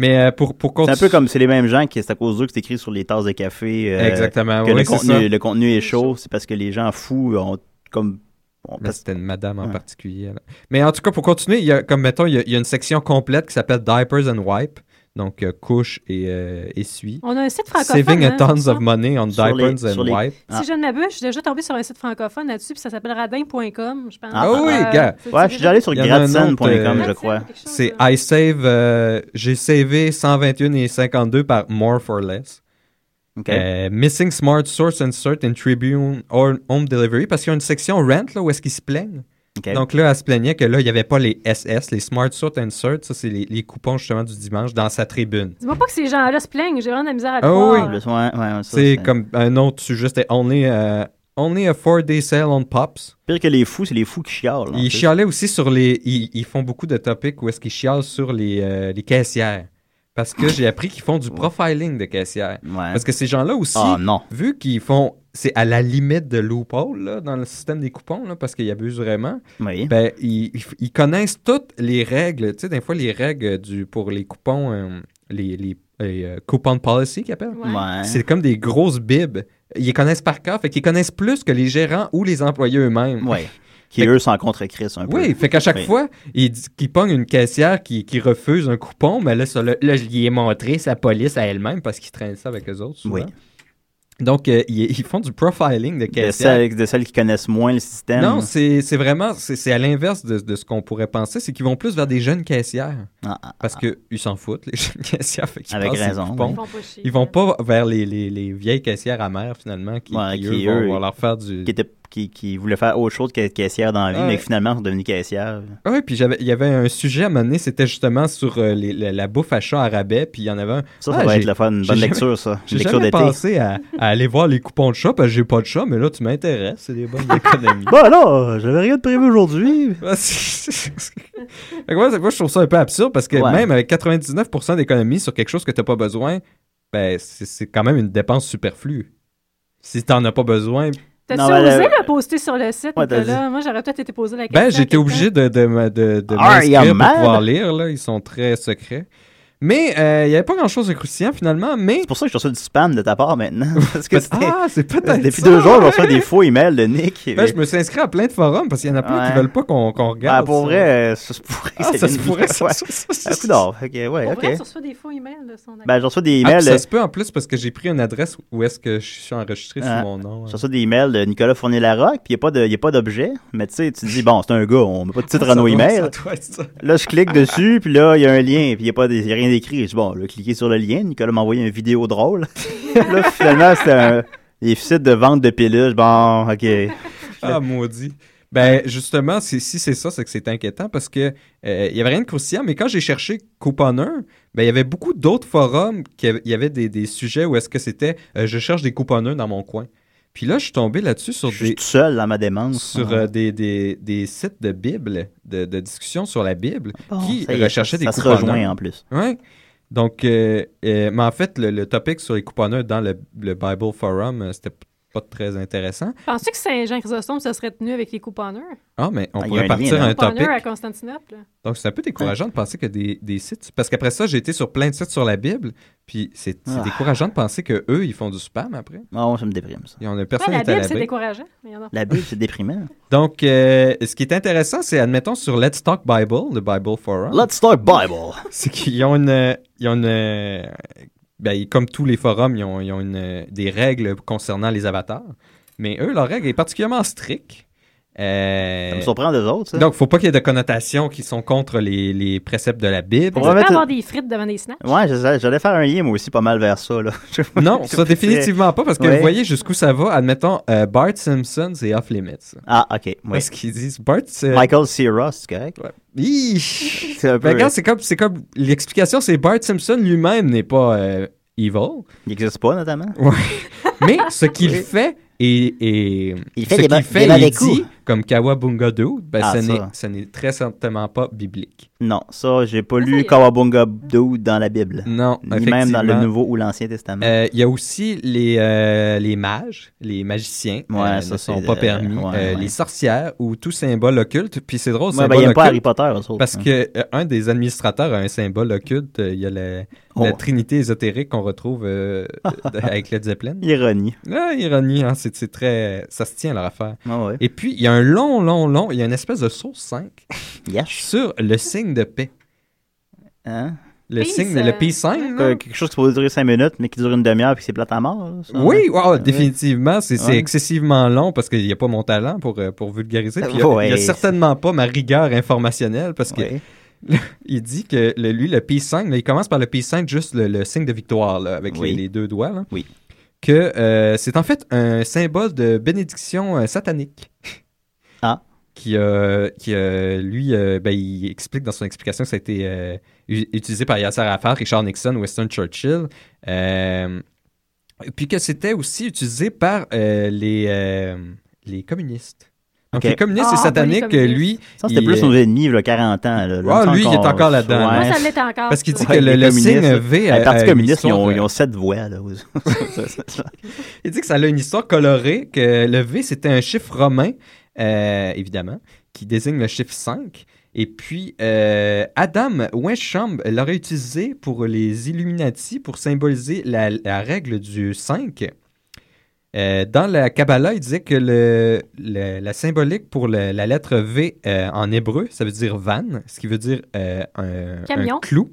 Speaker 5: Mais euh, pour, pour
Speaker 3: C'est
Speaker 5: continuer.
Speaker 3: un peu comme c'est les mêmes gens qui, c'est à cause d'eux que c'est écrit sur les tasses de café. euh,
Speaker 5: Exactement.
Speaker 3: Que
Speaker 5: oui,
Speaker 3: le,
Speaker 5: c'est ça. Ben,
Speaker 3: contenu, le contenu est chaud, c'est parce que les gens fous ont comme. ont-
Speaker 5: Là, c'était une madame en
Speaker 3: Ouais.
Speaker 5: particulier. là. Mais en tout cas, pour continuer, il y a, comme mettons, il y a, il y a une section complète qui s'appelle Diapers and Wipe. Donc, euh, couche et euh, essuie.
Speaker 6: On a un site francophone.
Speaker 5: Saving a
Speaker 6: hein,
Speaker 5: tons
Speaker 6: ça.
Speaker 5: of money on
Speaker 3: Sur les-
Speaker 5: diapers and
Speaker 3: sur les-
Speaker 5: wipes.
Speaker 3: Ah.
Speaker 6: Si je ne m'abuse, je suis déjà tombée sur un site francophone là-dessus, puis ça s'appelle radin.com, je pense.
Speaker 5: Ah oui,
Speaker 6: Euh,
Speaker 5: gars.
Speaker 6: c'est-
Speaker 3: Ouais,
Speaker 6: c'est
Speaker 3: je suis déjà allé sur
Speaker 5: Il y en a un
Speaker 3: gradson.com,
Speaker 5: autre, euh,
Speaker 3: je crois.
Speaker 5: C'est I save, euh, j'ai savé 121 et 52 par More for Less.
Speaker 3: OK.
Speaker 5: Euh, Missing Smart Source Insert in Tribune or Home Delivery parce qu'il y a une section rent là, où est-ce qu'ils se plaignent.
Speaker 3: OK.
Speaker 5: Donc là, elle se plaignait que là, il n'y avait pas les SS, les Smart Source Insert, ça c'est les, les coupons justement du dimanche dans sa tribune.
Speaker 6: Dis-moi pas que ces gens-là se plaignent, j'ai vraiment de la misère à le
Speaker 5: Ah
Speaker 6: croire.
Speaker 5: oui.
Speaker 3: Le soin, ouais, ouais, ça,
Speaker 5: C'est comme un autre sujet, c'était Only, euh, only a 4-day sale on Pops.
Speaker 3: Pire que les fous, c'est les fous qui chialent. en
Speaker 5: Ils
Speaker 3: plus.
Speaker 5: chialaient aussi sur les. Ils, ils font beaucoup de topics où est-ce qu'ils chialent sur les, euh, les caissières. Parce que j'ai appris qu'ils font du profiling de caissières. Parce que ces gens-là aussi,
Speaker 3: Hein? Ah, non.
Speaker 5: vu qu'ils font. C'est à la limite de loophole là, dans le système des coupons, là, parce qu'ils abusent vraiment.
Speaker 3: Oui.
Speaker 5: Ben, ils, ils- ils connaissent toutes les règles. Tu sais, des fois, les règles du, pour les coupons, euh, les, les, les, euh, coupon policy
Speaker 3: Ah
Speaker 5: qu'ils appellent.
Speaker 3: Ouais.
Speaker 5: C'est comme des grosses bibes. Ils les connaissent par cœur, fait qu'ils connaissent plus que les gérants ou les employés eux-mêmes.
Speaker 3: Ouais. Qui
Speaker 5: Fait que-
Speaker 3: eux s'en contre-crissent un peu.
Speaker 5: oui, fait qu'à chaque
Speaker 3: Oui.
Speaker 5: fois, il, dit- qu'il pogne une caissière qui, qui refuse un coupon, mais là, ça, là, là, je lui ai montré sa police à elle-même parce qu'il traîne ça avec eux autres. souvent.
Speaker 3: Oui.
Speaker 5: Donc, euh, ils, ils font du profiling de
Speaker 3: De hein.
Speaker 5: caissières.
Speaker 3: celles, de celles qui connaissent moins le système.
Speaker 5: Non, c'est c'est vraiment, c'est c'est à l'inverse de, de ce qu'on pourrait penser, c'est qu'ils vont plus vers des jeunes caissières.
Speaker 3: Ah, ah,
Speaker 5: Parce que qu'ils s'en foutent, les jeunes caissières. Fait qu'ils
Speaker 3: Avec
Speaker 5: passent les
Speaker 3: raison,
Speaker 5: coupons.
Speaker 3: oui. Ils
Speaker 6: vont pas chier.
Speaker 5: Ils vont pas vers les, les, les vieilles caissières amères, finalement, qui,
Speaker 3: Ouais,
Speaker 5: qui,
Speaker 3: qui,
Speaker 5: eux, vont-
Speaker 3: eux,
Speaker 5: vont leur faire du...
Speaker 3: qui, étaient- qui, qui voulaient faire autre chose qu'être caissière dans la vie,
Speaker 5: Ouais.
Speaker 3: mais qui finalement sont devenus caissières.
Speaker 5: Ah Oui, puis j'avais- il y avait un sujet à un moment donné, c'était justement sur euh, les- la, la bouffe à chat à rabais, puis il y en avait un.
Speaker 3: Ça, ça va
Speaker 5: j'ai-
Speaker 3: être le fun. Une
Speaker 5: j'ai
Speaker 3: bonne
Speaker 5: jamais-
Speaker 3: lecture, ça.
Speaker 5: J'ai
Speaker 3: Une lecture
Speaker 5: jamais
Speaker 3: d'été.
Speaker 5: pensé à, à aller voir les coupons de chat, parce que j'ai pas de chat, mais là, tu m'intéresses, c'est des bonnes économies.
Speaker 3: Bah là, j'avais rien de prévu aujourd'hui.
Speaker 5: Ah, c'est- c'est- Fait que moi, c'est- moi, je trouve ça un peu absurde, parce que
Speaker 3: Ouais.
Speaker 5: même avec 99% d'économie sur quelque chose que t'as pas besoin, ben, c'est c'est quand même une dépense superflue. Si t'en as pas besoin,
Speaker 6: T'as-tu
Speaker 3: Non, ben,
Speaker 6: osé
Speaker 3: le-
Speaker 6: le poster sur le site,
Speaker 3: Ouais, t'as
Speaker 6: Nicolas? Moi, j'aurais peut-être été posé la question.
Speaker 5: Ben, j'étais
Speaker 6: à
Speaker 5: obligé de, de, me- de, de
Speaker 3: Are you
Speaker 5: m'inscrire pour
Speaker 3: mad?
Speaker 5: pouvoir lire. Là. Ils sont très secrets. Mais euh, il n'y avait pas grand-chose de croustillant, finalement. Mais...
Speaker 3: C'est pour ça que je reçois du spam de ta part maintenant. Parce que c'était.
Speaker 5: Ah, c'est peut-être
Speaker 3: Depuis
Speaker 5: ça,
Speaker 3: deux jours, je
Speaker 5: ouais.
Speaker 3: reçois des faux emails de Nick.
Speaker 5: Ben, je me suis inscrit à plein de forums parce qu'il y en a plein qui
Speaker 3: Ouais.
Speaker 5: veulent pas qu'on
Speaker 3: Ah,
Speaker 5: qu'on regarde.
Speaker 3: pour
Speaker 5: ça.
Speaker 3: vrai, euh, ça se pourrait.
Speaker 5: Ah, ça se pourrait, ça. ça, ça, ça,
Speaker 3: Un
Speaker 5: ça.
Speaker 3: coup d'or. Ah, Ok, ouais,
Speaker 6: quelqu'un. Pour vrai,
Speaker 3: ok.
Speaker 6: tu reçois des faux emails de son
Speaker 3: Ben, je reçois des
Speaker 5: Ah, puis
Speaker 3: emails.
Speaker 5: ça
Speaker 3: de-
Speaker 5: se peut en plus parce que j'ai pris une adresse où est-ce que je suis enregistré
Speaker 3: Ah.
Speaker 5: sous mon nom. hein.
Speaker 3: Je reçois des emails de Nicolas Fournier-Larocque, puis il n'y a pas d'objet. Mais tu sais, tu te dis, bon, c'est un gars, on met pas de titre à nos emails. Là, je clique dessus, puis là, il y a un lien, puis il n'y a, pas des- il y a rien d'écrit. Je dis, bon, là, cliquez sur le lien. Nicolas m'a envoyé une vidéo drôle. là, finalement, c'était un. Les sites de vente de pilules, bon, ok.
Speaker 5: Ah, maudit. Ben, justement, si, si c'est ça, c'est que c'est inquiétant parce que euh, il y avait rien de croustillant, mais quand j'ai cherché couponneur, ben, il y avait beaucoup d'autres forums qui avaient- il y avait des, des sujets où est-ce que c'était euh, je cherche des couponneurs dans mon coin. Puis là, je suis tombé là-dessus sur
Speaker 3: Je suis
Speaker 5: des
Speaker 3: tout seul dans ma démence.
Speaker 5: sur euh, des, des, des sites de Bible, de, de discussion sur la Bible,
Speaker 3: Bon,
Speaker 5: euh, qui
Speaker 3: ça y est,
Speaker 5: recherchaient des
Speaker 3: ça se
Speaker 5: couponneurs.
Speaker 3: rejoint en plus.
Speaker 5: Ouais. Donc, euh, euh, mais en fait, le, le topic sur les couponneurs dans le, le Bible Forum, euh, c'était p- pas très intéressant.
Speaker 6: Penses-tu que Saint-Jean-Chrysostome se serait tenu avec les couponneurs?
Speaker 5: Ah, mais on
Speaker 3: Ah, il y a un
Speaker 5: pourrait
Speaker 3: lien,
Speaker 5: partir
Speaker 3: là.
Speaker 5: un topic.
Speaker 6: Couponneurs à Constantinople?
Speaker 5: Donc, c'est un peu décourageant de penser que des, des sites. Parce qu'après ça, j'ai été sur plein de sites sur la Bible, puis c'est c'est
Speaker 3: Ah.
Speaker 5: décourageant de penser que eux ils font du spam après.
Speaker 3: Non, Ah, ça me déprime, ça.
Speaker 5: Et on a
Speaker 6: Ouais,
Speaker 5: personne
Speaker 6: la
Speaker 5: est à
Speaker 6: Bible,
Speaker 5: la
Speaker 6: c'est décourageant. mais il y en a.
Speaker 3: La Bible, c'est déprimant.
Speaker 5: Donc, euh, ce qui est intéressant, c'est, admettons, sur Let's Talk Bible, le Bible Forum,
Speaker 3: Let's talk Bible.
Speaker 5: c'est qu'ils ont une. euh, Ils ont une euh, ben, ils- comme tous les forums, ils ont, ils ont une, euh, des règles concernant les avatars. Mais eux, leur règle est particulièrement stricte. Euh,
Speaker 3: Ça me surprend des autres, ça.
Speaker 5: donc, faut pas qu'il y ait de connotations qui sont contre les, les préceptes de la Bible.
Speaker 3: Pour
Speaker 6: Tu peux
Speaker 3: remettre-
Speaker 6: avoir des frites devant des snacks?
Speaker 3: Ouais, j'allais j'allais faire un lien, moi aussi, pas mal vers ça, là. Je-
Speaker 5: Non,
Speaker 3: je-
Speaker 5: ça définitivement pas, parce que
Speaker 3: Ouais.
Speaker 5: vous voyez jusqu'où ça va. Admettons, euh, Bart Simpson, c'est off-limits.
Speaker 3: Ah, ok, oui.
Speaker 5: Parce qu'ils disent, Bart... euh,
Speaker 3: Michael Cera, c'est correct?
Speaker 5: Hi!
Speaker 3: C'est un peu...
Speaker 5: Ben, regarde, c'est comme, c'est comme l'explication, c'est Bart Simpson lui-même n'est pas euh, evil,
Speaker 3: Il n'existe pas, notamment.
Speaker 5: mais ce qu'il
Speaker 3: Oui.
Speaker 5: fait et, et
Speaker 10: Il fait
Speaker 5: ce
Speaker 10: des
Speaker 5: qu'il
Speaker 10: ma-
Speaker 5: fait
Speaker 10: des
Speaker 5: et
Speaker 10: mauvais
Speaker 5: dit,
Speaker 10: coups.
Speaker 5: comme Kawabunga Dude, ben,
Speaker 3: Ah,
Speaker 5: ça,
Speaker 3: ça.
Speaker 5: N'est, ça n'est très certainement pas biblique.
Speaker 3: Non, ça, j'ai pas
Speaker 6: ça y
Speaker 3: lu
Speaker 6: est.
Speaker 3: Kawabunga Dude dans la Bible.
Speaker 5: Non,
Speaker 3: Ni même dans le
Speaker 5: effectivement.
Speaker 3: Nouveau ou l'Ancien Testament.
Speaker 5: Euh, Il y a aussi les, euh, les mages, les magiciens
Speaker 3: Ouais,
Speaker 5: euh,
Speaker 3: ça, c'est
Speaker 5: ne sont
Speaker 3: de-
Speaker 5: pas permis,
Speaker 3: ouais,
Speaker 5: euh,
Speaker 3: ouais.
Speaker 5: les sorcières ou tout symbole occulte. Puis c'est drôle,
Speaker 3: ouais, ben,
Speaker 5: symbole
Speaker 3: il aime pas Harry
Speaker 5: occulte,
Speaker 3: Potter, hein. ça.
Speaker 5: parce que euh, un des administrateurs a un symbole occulte. euh, Il y a la, la
Speaker 3: Oh,
Speaker 5: trinité ésotérique qu'on retrouve euh, avec Led Zeppelin.
Speaker 3: ironie.
Speaker 5: Ah, ironie, hein, c'est c'est très, ça se tient leur affaire.
Speaker 3: Ah ouais.
Speaker 5: Et puis il y a un long, long, long, il y a une espèce de source 5
Speaker 3: Yash.
Speaker 5: sur le signe de paix.
Speaker 3: Hein?
Speaker 5: Le
Speaker 3: Peace,
Speaker 5: signe, le
Speaker 3: euh,
Speaker 5: peace sign. là.
Speaker 3: Euh, quelque chose qui pourrait durer 5 minutes, mais qui dure une demi-heure puis c'est plate à mort. là, ça. hein?
Speaker 5: Oui, wow,
Speaker 3: Ouais.
Speaker 5: définitivement. C'est c'est
Speaker 3: Ouais.
Speaker 5: excessivement long parce qu'il n'y a pas mon talent pour, euh, pour vulgariser. Puis il n'y a,
Speaker 3: Ouais,
Speaker 5: il y a
Speaker 3: c'est-
Speaker 5: certainement pas ma rigueur informationnelle parce que il dit que le- lui, le peace sign, là, il commence par le peace sign, juste le, le signe de victoire là, avec les-
Speaker 3: Oui.
Speaker 5: les, deux doigts. là.
Speaker 3: Oui.
Speaker 5: Que euh, c'est en fait un symbole de bénédiction euh, satanique.
Speaker 3: Ah.
Speaker 5: Qui, euh, qui euh, lui, euh, ben, il explique dans son explication que ça a été euh, u- utilisé par Yasser Arafat, Richard Nixon, Winston Churchill. Euh, puis que c'était aussi utilisé par euh, les, euh, les communistes. Donc,
Speaker 3: Ok.
Speaker 5: les communistes,
Speaker 6: Ah,
Speaker 5: c'est
Speaker 6: pas les
Speaker 5: satanique.
Speaker 6: communistes.
Speaker 5: Lui,
Speaker 3: Ça, c'était
Speaker 5: il-
Speaker 3: plus nos ennemis, il y a 40 ans. Là. Là,
Speaker 5: Ah,
Speaker 3: me
Speaker 5: lui,
Speaker 3: semble
Speaker 5: il est
Speaker 3: qu'on-
Speaker 5: encore là-dedans. Euh,
Speaker 3: Ouais.
Speaker 6: Moi, ça l'était encore.
Speaker 5: Ben, Parce qu'il dit
Speaker 3: Ouais,
Speaker 5: que le,
Speaker 3: les
Speaker 5: le signe
Speaker 3: communistes,
Speaker 5: V.
Speaker 3: là.
Speaker 5: a-
Speaker 3: Le Parti
Speaker 5: a une
Speaker 3: communiste, ils ont,
Speaker 5: histoire, euh,
Speaker 3: ils ont sept voix. Là.
Speaker 5: Il dit que ça a une histoire colorée, que le V, c'était un chiffre romain, euh, évidemment, qui désigne le chiffre 5. Et puis, euh, Adam Weishaupt l'aurait utilisé pour les Illuminati, pour symboliser la, la règle du 5. Euh, dans la Kabbalah, il disait que le, le- la symbolique pour le- la lettre V euh, en hébreu, ça veut dire van, ce qui veut dire euh, un,
Speaker 6: Camion.
Speaker 5: un clou.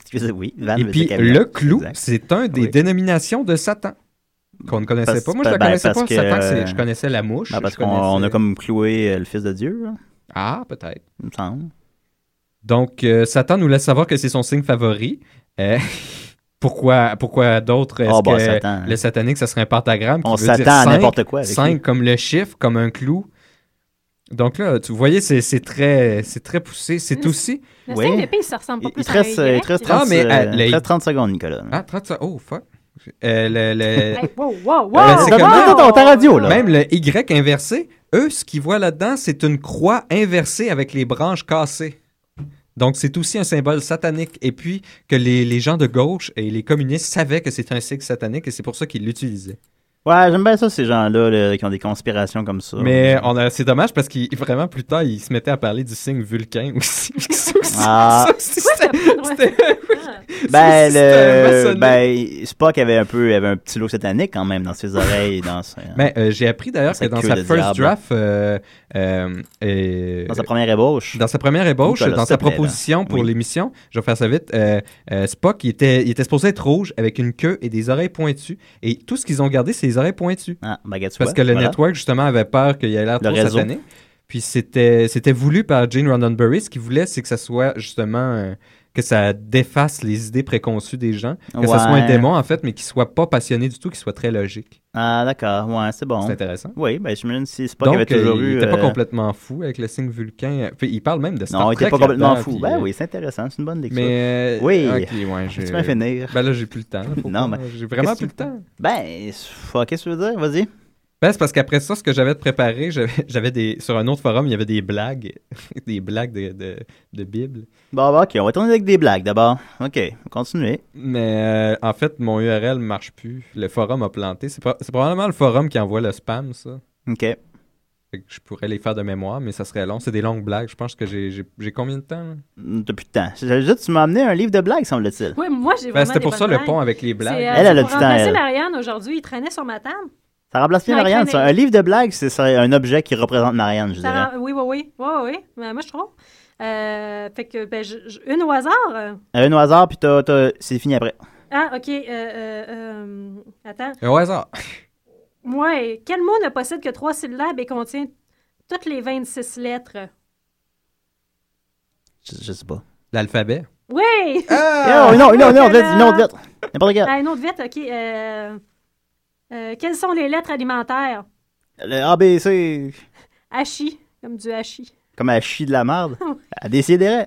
Speaker 3: Excusez, oui, van
Speaker 5: Et
Speaker 3: veut
Speaker 5: puis
Speaker 3: dire camion.
Speaker 5: le clou,
Speaker 3: Exact.
Speaker 5: c'est un des
Speaker 3: Oui.
Speaker 5: dénominations de Satan qu'on ne connaissait
Speaker 3: Parce-
Speaker 5: pas. Moi, je ne la
Speaker 3: ben,
Speaker 5: connaissais
Speaker 3: parce
Speaker 5: pas.
Speaker 3: que-
Speaker 5: Satan, c'est- je connaissais la mouche.
Speaker 3: Ben, parce
Speaker 5: je
Speaker 3: qu'on
Speaker 5: connaissais-
Speaker 3: on a comme cloué euh, le Fils de Dieu, là,
Speaker 5: Ah, peut-être.
Speaker 3: il me semble.
Speaker 5: Donc, euh, Satan nous laisse savoir que c'est son signe favori. Euh, pourquoi pourquoi d'autres est-ce
Speaker 3: Ah, bah,
Speaker 5: que
Speaker 3: Satan.
Speaker 5: le satanique, ça serait un pentagramme qui
Speaker 3: On
Speaker 5: veut
Speaker 3: s'attend
Speaker 5: dire
Speaker 3: à
Speaker 5: cinq,
Speaker 3: n'importe quoi avec lui.
Speaker 5: 5 comme le chiffre, comme un clou. Donc là, tu- vous voyez, c'est c'est très, c'est très poussé. C'est aussi...
Speaker 6: Le
Speaker 3: Ouais.
Speaker 6: signe de paix, ça ressemble pas
Speaker 3: Il
Speaker 6: plus
Speaker 3: te reste,
Speaker 6: à un
Speaker 3: euh, il
Speaker 6: Y.
Speaker 3: te reste
Speaker 5: Ah,
Speaker 3: 30,
Speaker 5: mais,
Speaker 3: euh,
Speaker 5: euh,
Speaker 3: il te
Speaker 5: le-
Speaker 3: reste 30 secondes, Nicolas.
Speaker 5: Ah, 30 secondes. Oh, fuck. Euh, le- le-
Speaker 6: Hey, wow, wow, wow,
Speaker 5: Ben, c'est
Speaker 3: Donne-
Speaker 5: comme-
Speaker 6: wow.
Speaker 3: donne ton- ta radio, là.
Speaker 5: Même le Y inversé, eux, ce qu'ils voient là-dedans, c'est une croix inversée avec les branches cassées. Donc, c'est aussi un symbole satanique. Et puis, que les, les gens de gauche et les communistes savaient que c'était un signe satanique et c'est pour ça qu'ils l'utilisaient.
Speaker 3: Ouais, j'aime bien ça, ces gens-là là, qui ont des conspirations comme ça.
Speaker 5: Mais on a- c'est dommage parce qu'ils vraiment, plus tard, ils se mettaient à parler du signe vulcain aussi. Ça aussi-
Speaker 3: Ah.
Speaker 5: ça aussi, c'était- c'était-
Speaker 3: Ben,
Speaker 5: c'est- c'est un
Speaker 3: le,
Speaker 5: maçonnerie.
Speaker 3: ben, Spock avait un peu, avait un petit lot satanique quand même dans ses oreilles, et dans, sa-
Speaker 5: Mais euh, j'ai appris d'ailleurs que
Speaker 3: Cette
Speaker 5: dans
Speaker 3: queue
Speaker 5: sa
Speaker 3: de
Speaker 5: first
Speaker 3: diable.
Speaker 5: draft, euh, euh, euh,
Speaker 3: dans sa première ébauche.
Speaker 5: Dans sa première ébauche,
Speaker 3: Nicolas,
Speaker 5: dans
Speaker 3: s'il
Speaker 5: sa
Speaker 3: te plaît, là.
Speaker 5: proposition pour
Speaker 3: Oui.
Speaker 5: l'émission, je vais faire ça vite, euh, euh, Spock, il était, il était supposé être rouge avec une queue et des oreilles pointues. Et tout ce qu'ils ont gardé, c'est les oreilles pointues.
Speaker 3: Ah, ben, regarde, tu
Speaker 5: Parce
Speaker 3: vois,
Speaker 5: que le
Speaker 3: voilà.
Speaker 5: network, justement, avait peur qu'il ait l'air
Speaker 3: Le
Speaker 5: trop
Speaker 3: réseau.
Speaker 5: satané. Puis c'était c'était voulu par Jane Roddenberry. Ce qu'il voulait, c'est que ça soit justement... euh, que ça défasse les idées préconçues des gens. Que ça soit un
Speaker 3: Ouais.
Speaker 5: démon, en fait, mais qu'il soit pas passionné du tout, qu'il soit très logique.
Speaker 3: Ah, d'accord, ouais, c'est bon.
Speaker 5: C'est intéressant.
Speaker 3: Oui, ben, j'imagine si Spock
Speaker 5: Donc,
Speaker 3: avait toujours
Speaker 5: euh, il
Speaker 3: eu.
Speaker 5: était pas
Speaker 3: euh,
Speaker 5: complètement fou avec le signe vulcain. Puis il parle même de Star
Speaker 3: Non, il était
Speaker 5: Trek
Speaker 3: pas complètement
Speaker 5: là-dedans,
Speaker 3: fou.
Speaker 5: puis,
Speaker 3: Ben
Speaker 5: euh,
Speaker 3: oui, c'est intéressant, c'est une bonne lecture.
Speaker 5: Mais. euh,
Speaker 3: Oui.
Speaker 5: Ok, ouais, j'ai-
Speaker 3: Tu m'as fait finir.
Speaker 5: Ben là, j'ai plus le temps. là, faut
Speaker 3: Non,
Speaker 5: pas-
Speaker 3: mais
Speaker 5: J'ai vraiment
Speaker 3: qu'est-ce
Speaker 5: plus le
Speaker 3: que-
Speaker 5: temps.
Speaker 3: Ben, fuck, qu'est-ce que tu veux dire? Vas-y.
Speaker 5: Ben, c'est parce qu'après ça, ce que j'avais de préparé, j'avais j'avais des. Sur un autre forum, il y avait des blagues. des blagues de, de, de Bible.
Speaker 3: Bon, bah, ok, on va tourner avec des blagues d'abord. Ok, continuez.
Speaker 5: Mais euh, en fait, mon URL marche plus. Le forum a planté. C'est pro- c'est probablement le forum qui envoie le spam, ça.
Speaker 3: Ok.
Speaker 5: Fait que je pourrais les faire de mémoire, mais ça serait long. C'est des longues blagues. Je pense que j'ai- j'ai j'ai combien de temps? là?
Speaker 3: Mm, T'as plus de temps. C'est Juste, tu m'as amené un livre de blagues, semble-t-il.
Speaker 6: Ouais, moi,
Speaker 5: Ben,
Speaker 6: j'ai vraiment
Speaker 5: c'était
Speaker 6: des
Speaker 5: pour ça
Speaker 6: bonnes
Speaker 5: le pont
Speaker 6: blagues.
Speaker 5: avec les blagues.
Speaker 6: C'est, euh,
Speaker 3: Elle, elle a
Speaker 6: pour
Speaker 3: du temps,
Speaker 6: remplacer
Speaker 3: elle.
Speaker 6: Marianne aujourd'hui, il traînait sur ma table.
Speaker 3: Ça remplace bien
Speaker 6: Non,
Speaker 3: Marianne,
Speaker 6: écrit-
Speaker 3: ça. Un livre de blagues, c'est c'est un objet qui représente Marianne, je
Speaker 6: Ça
Speaker 3: dirais.
Speaker 6: rend- Oui, oui, oui. Oui, oui, oui. Ben, moi, je trouve. Euh, fait que, ben, je- je- une au hasard. euh.
Speaker 3: Un au hasard, puis t'as- t'as- c'est fini après.
Speaker 6: Ah, OK. euh, euh, euh, attends.
Speaker 5: Au hasard.
Speaker 6: Ouais. Quel mot ne possède que trois syllabes et contient toutes les 26 lettres?
Speaker 3: Je, je sais pas.
Speaker 5: L'alphabet.
Speaker 6: Oui!
Speaker 3: Eh, oh, non, une autre, une autre
Speaker 6: Nicolas!
Speaker 3: lettre, une autre lettre. N'importe quelle.
Speaker 6: Ah, une autre vite, OK. euh, euh, quelles sont les lettres alimentaires?
Speaker 3: Le ABC,
Speaker 6: Hachi, comme du hachi.
Speaker 3: comme elle chie de la merde. À décider.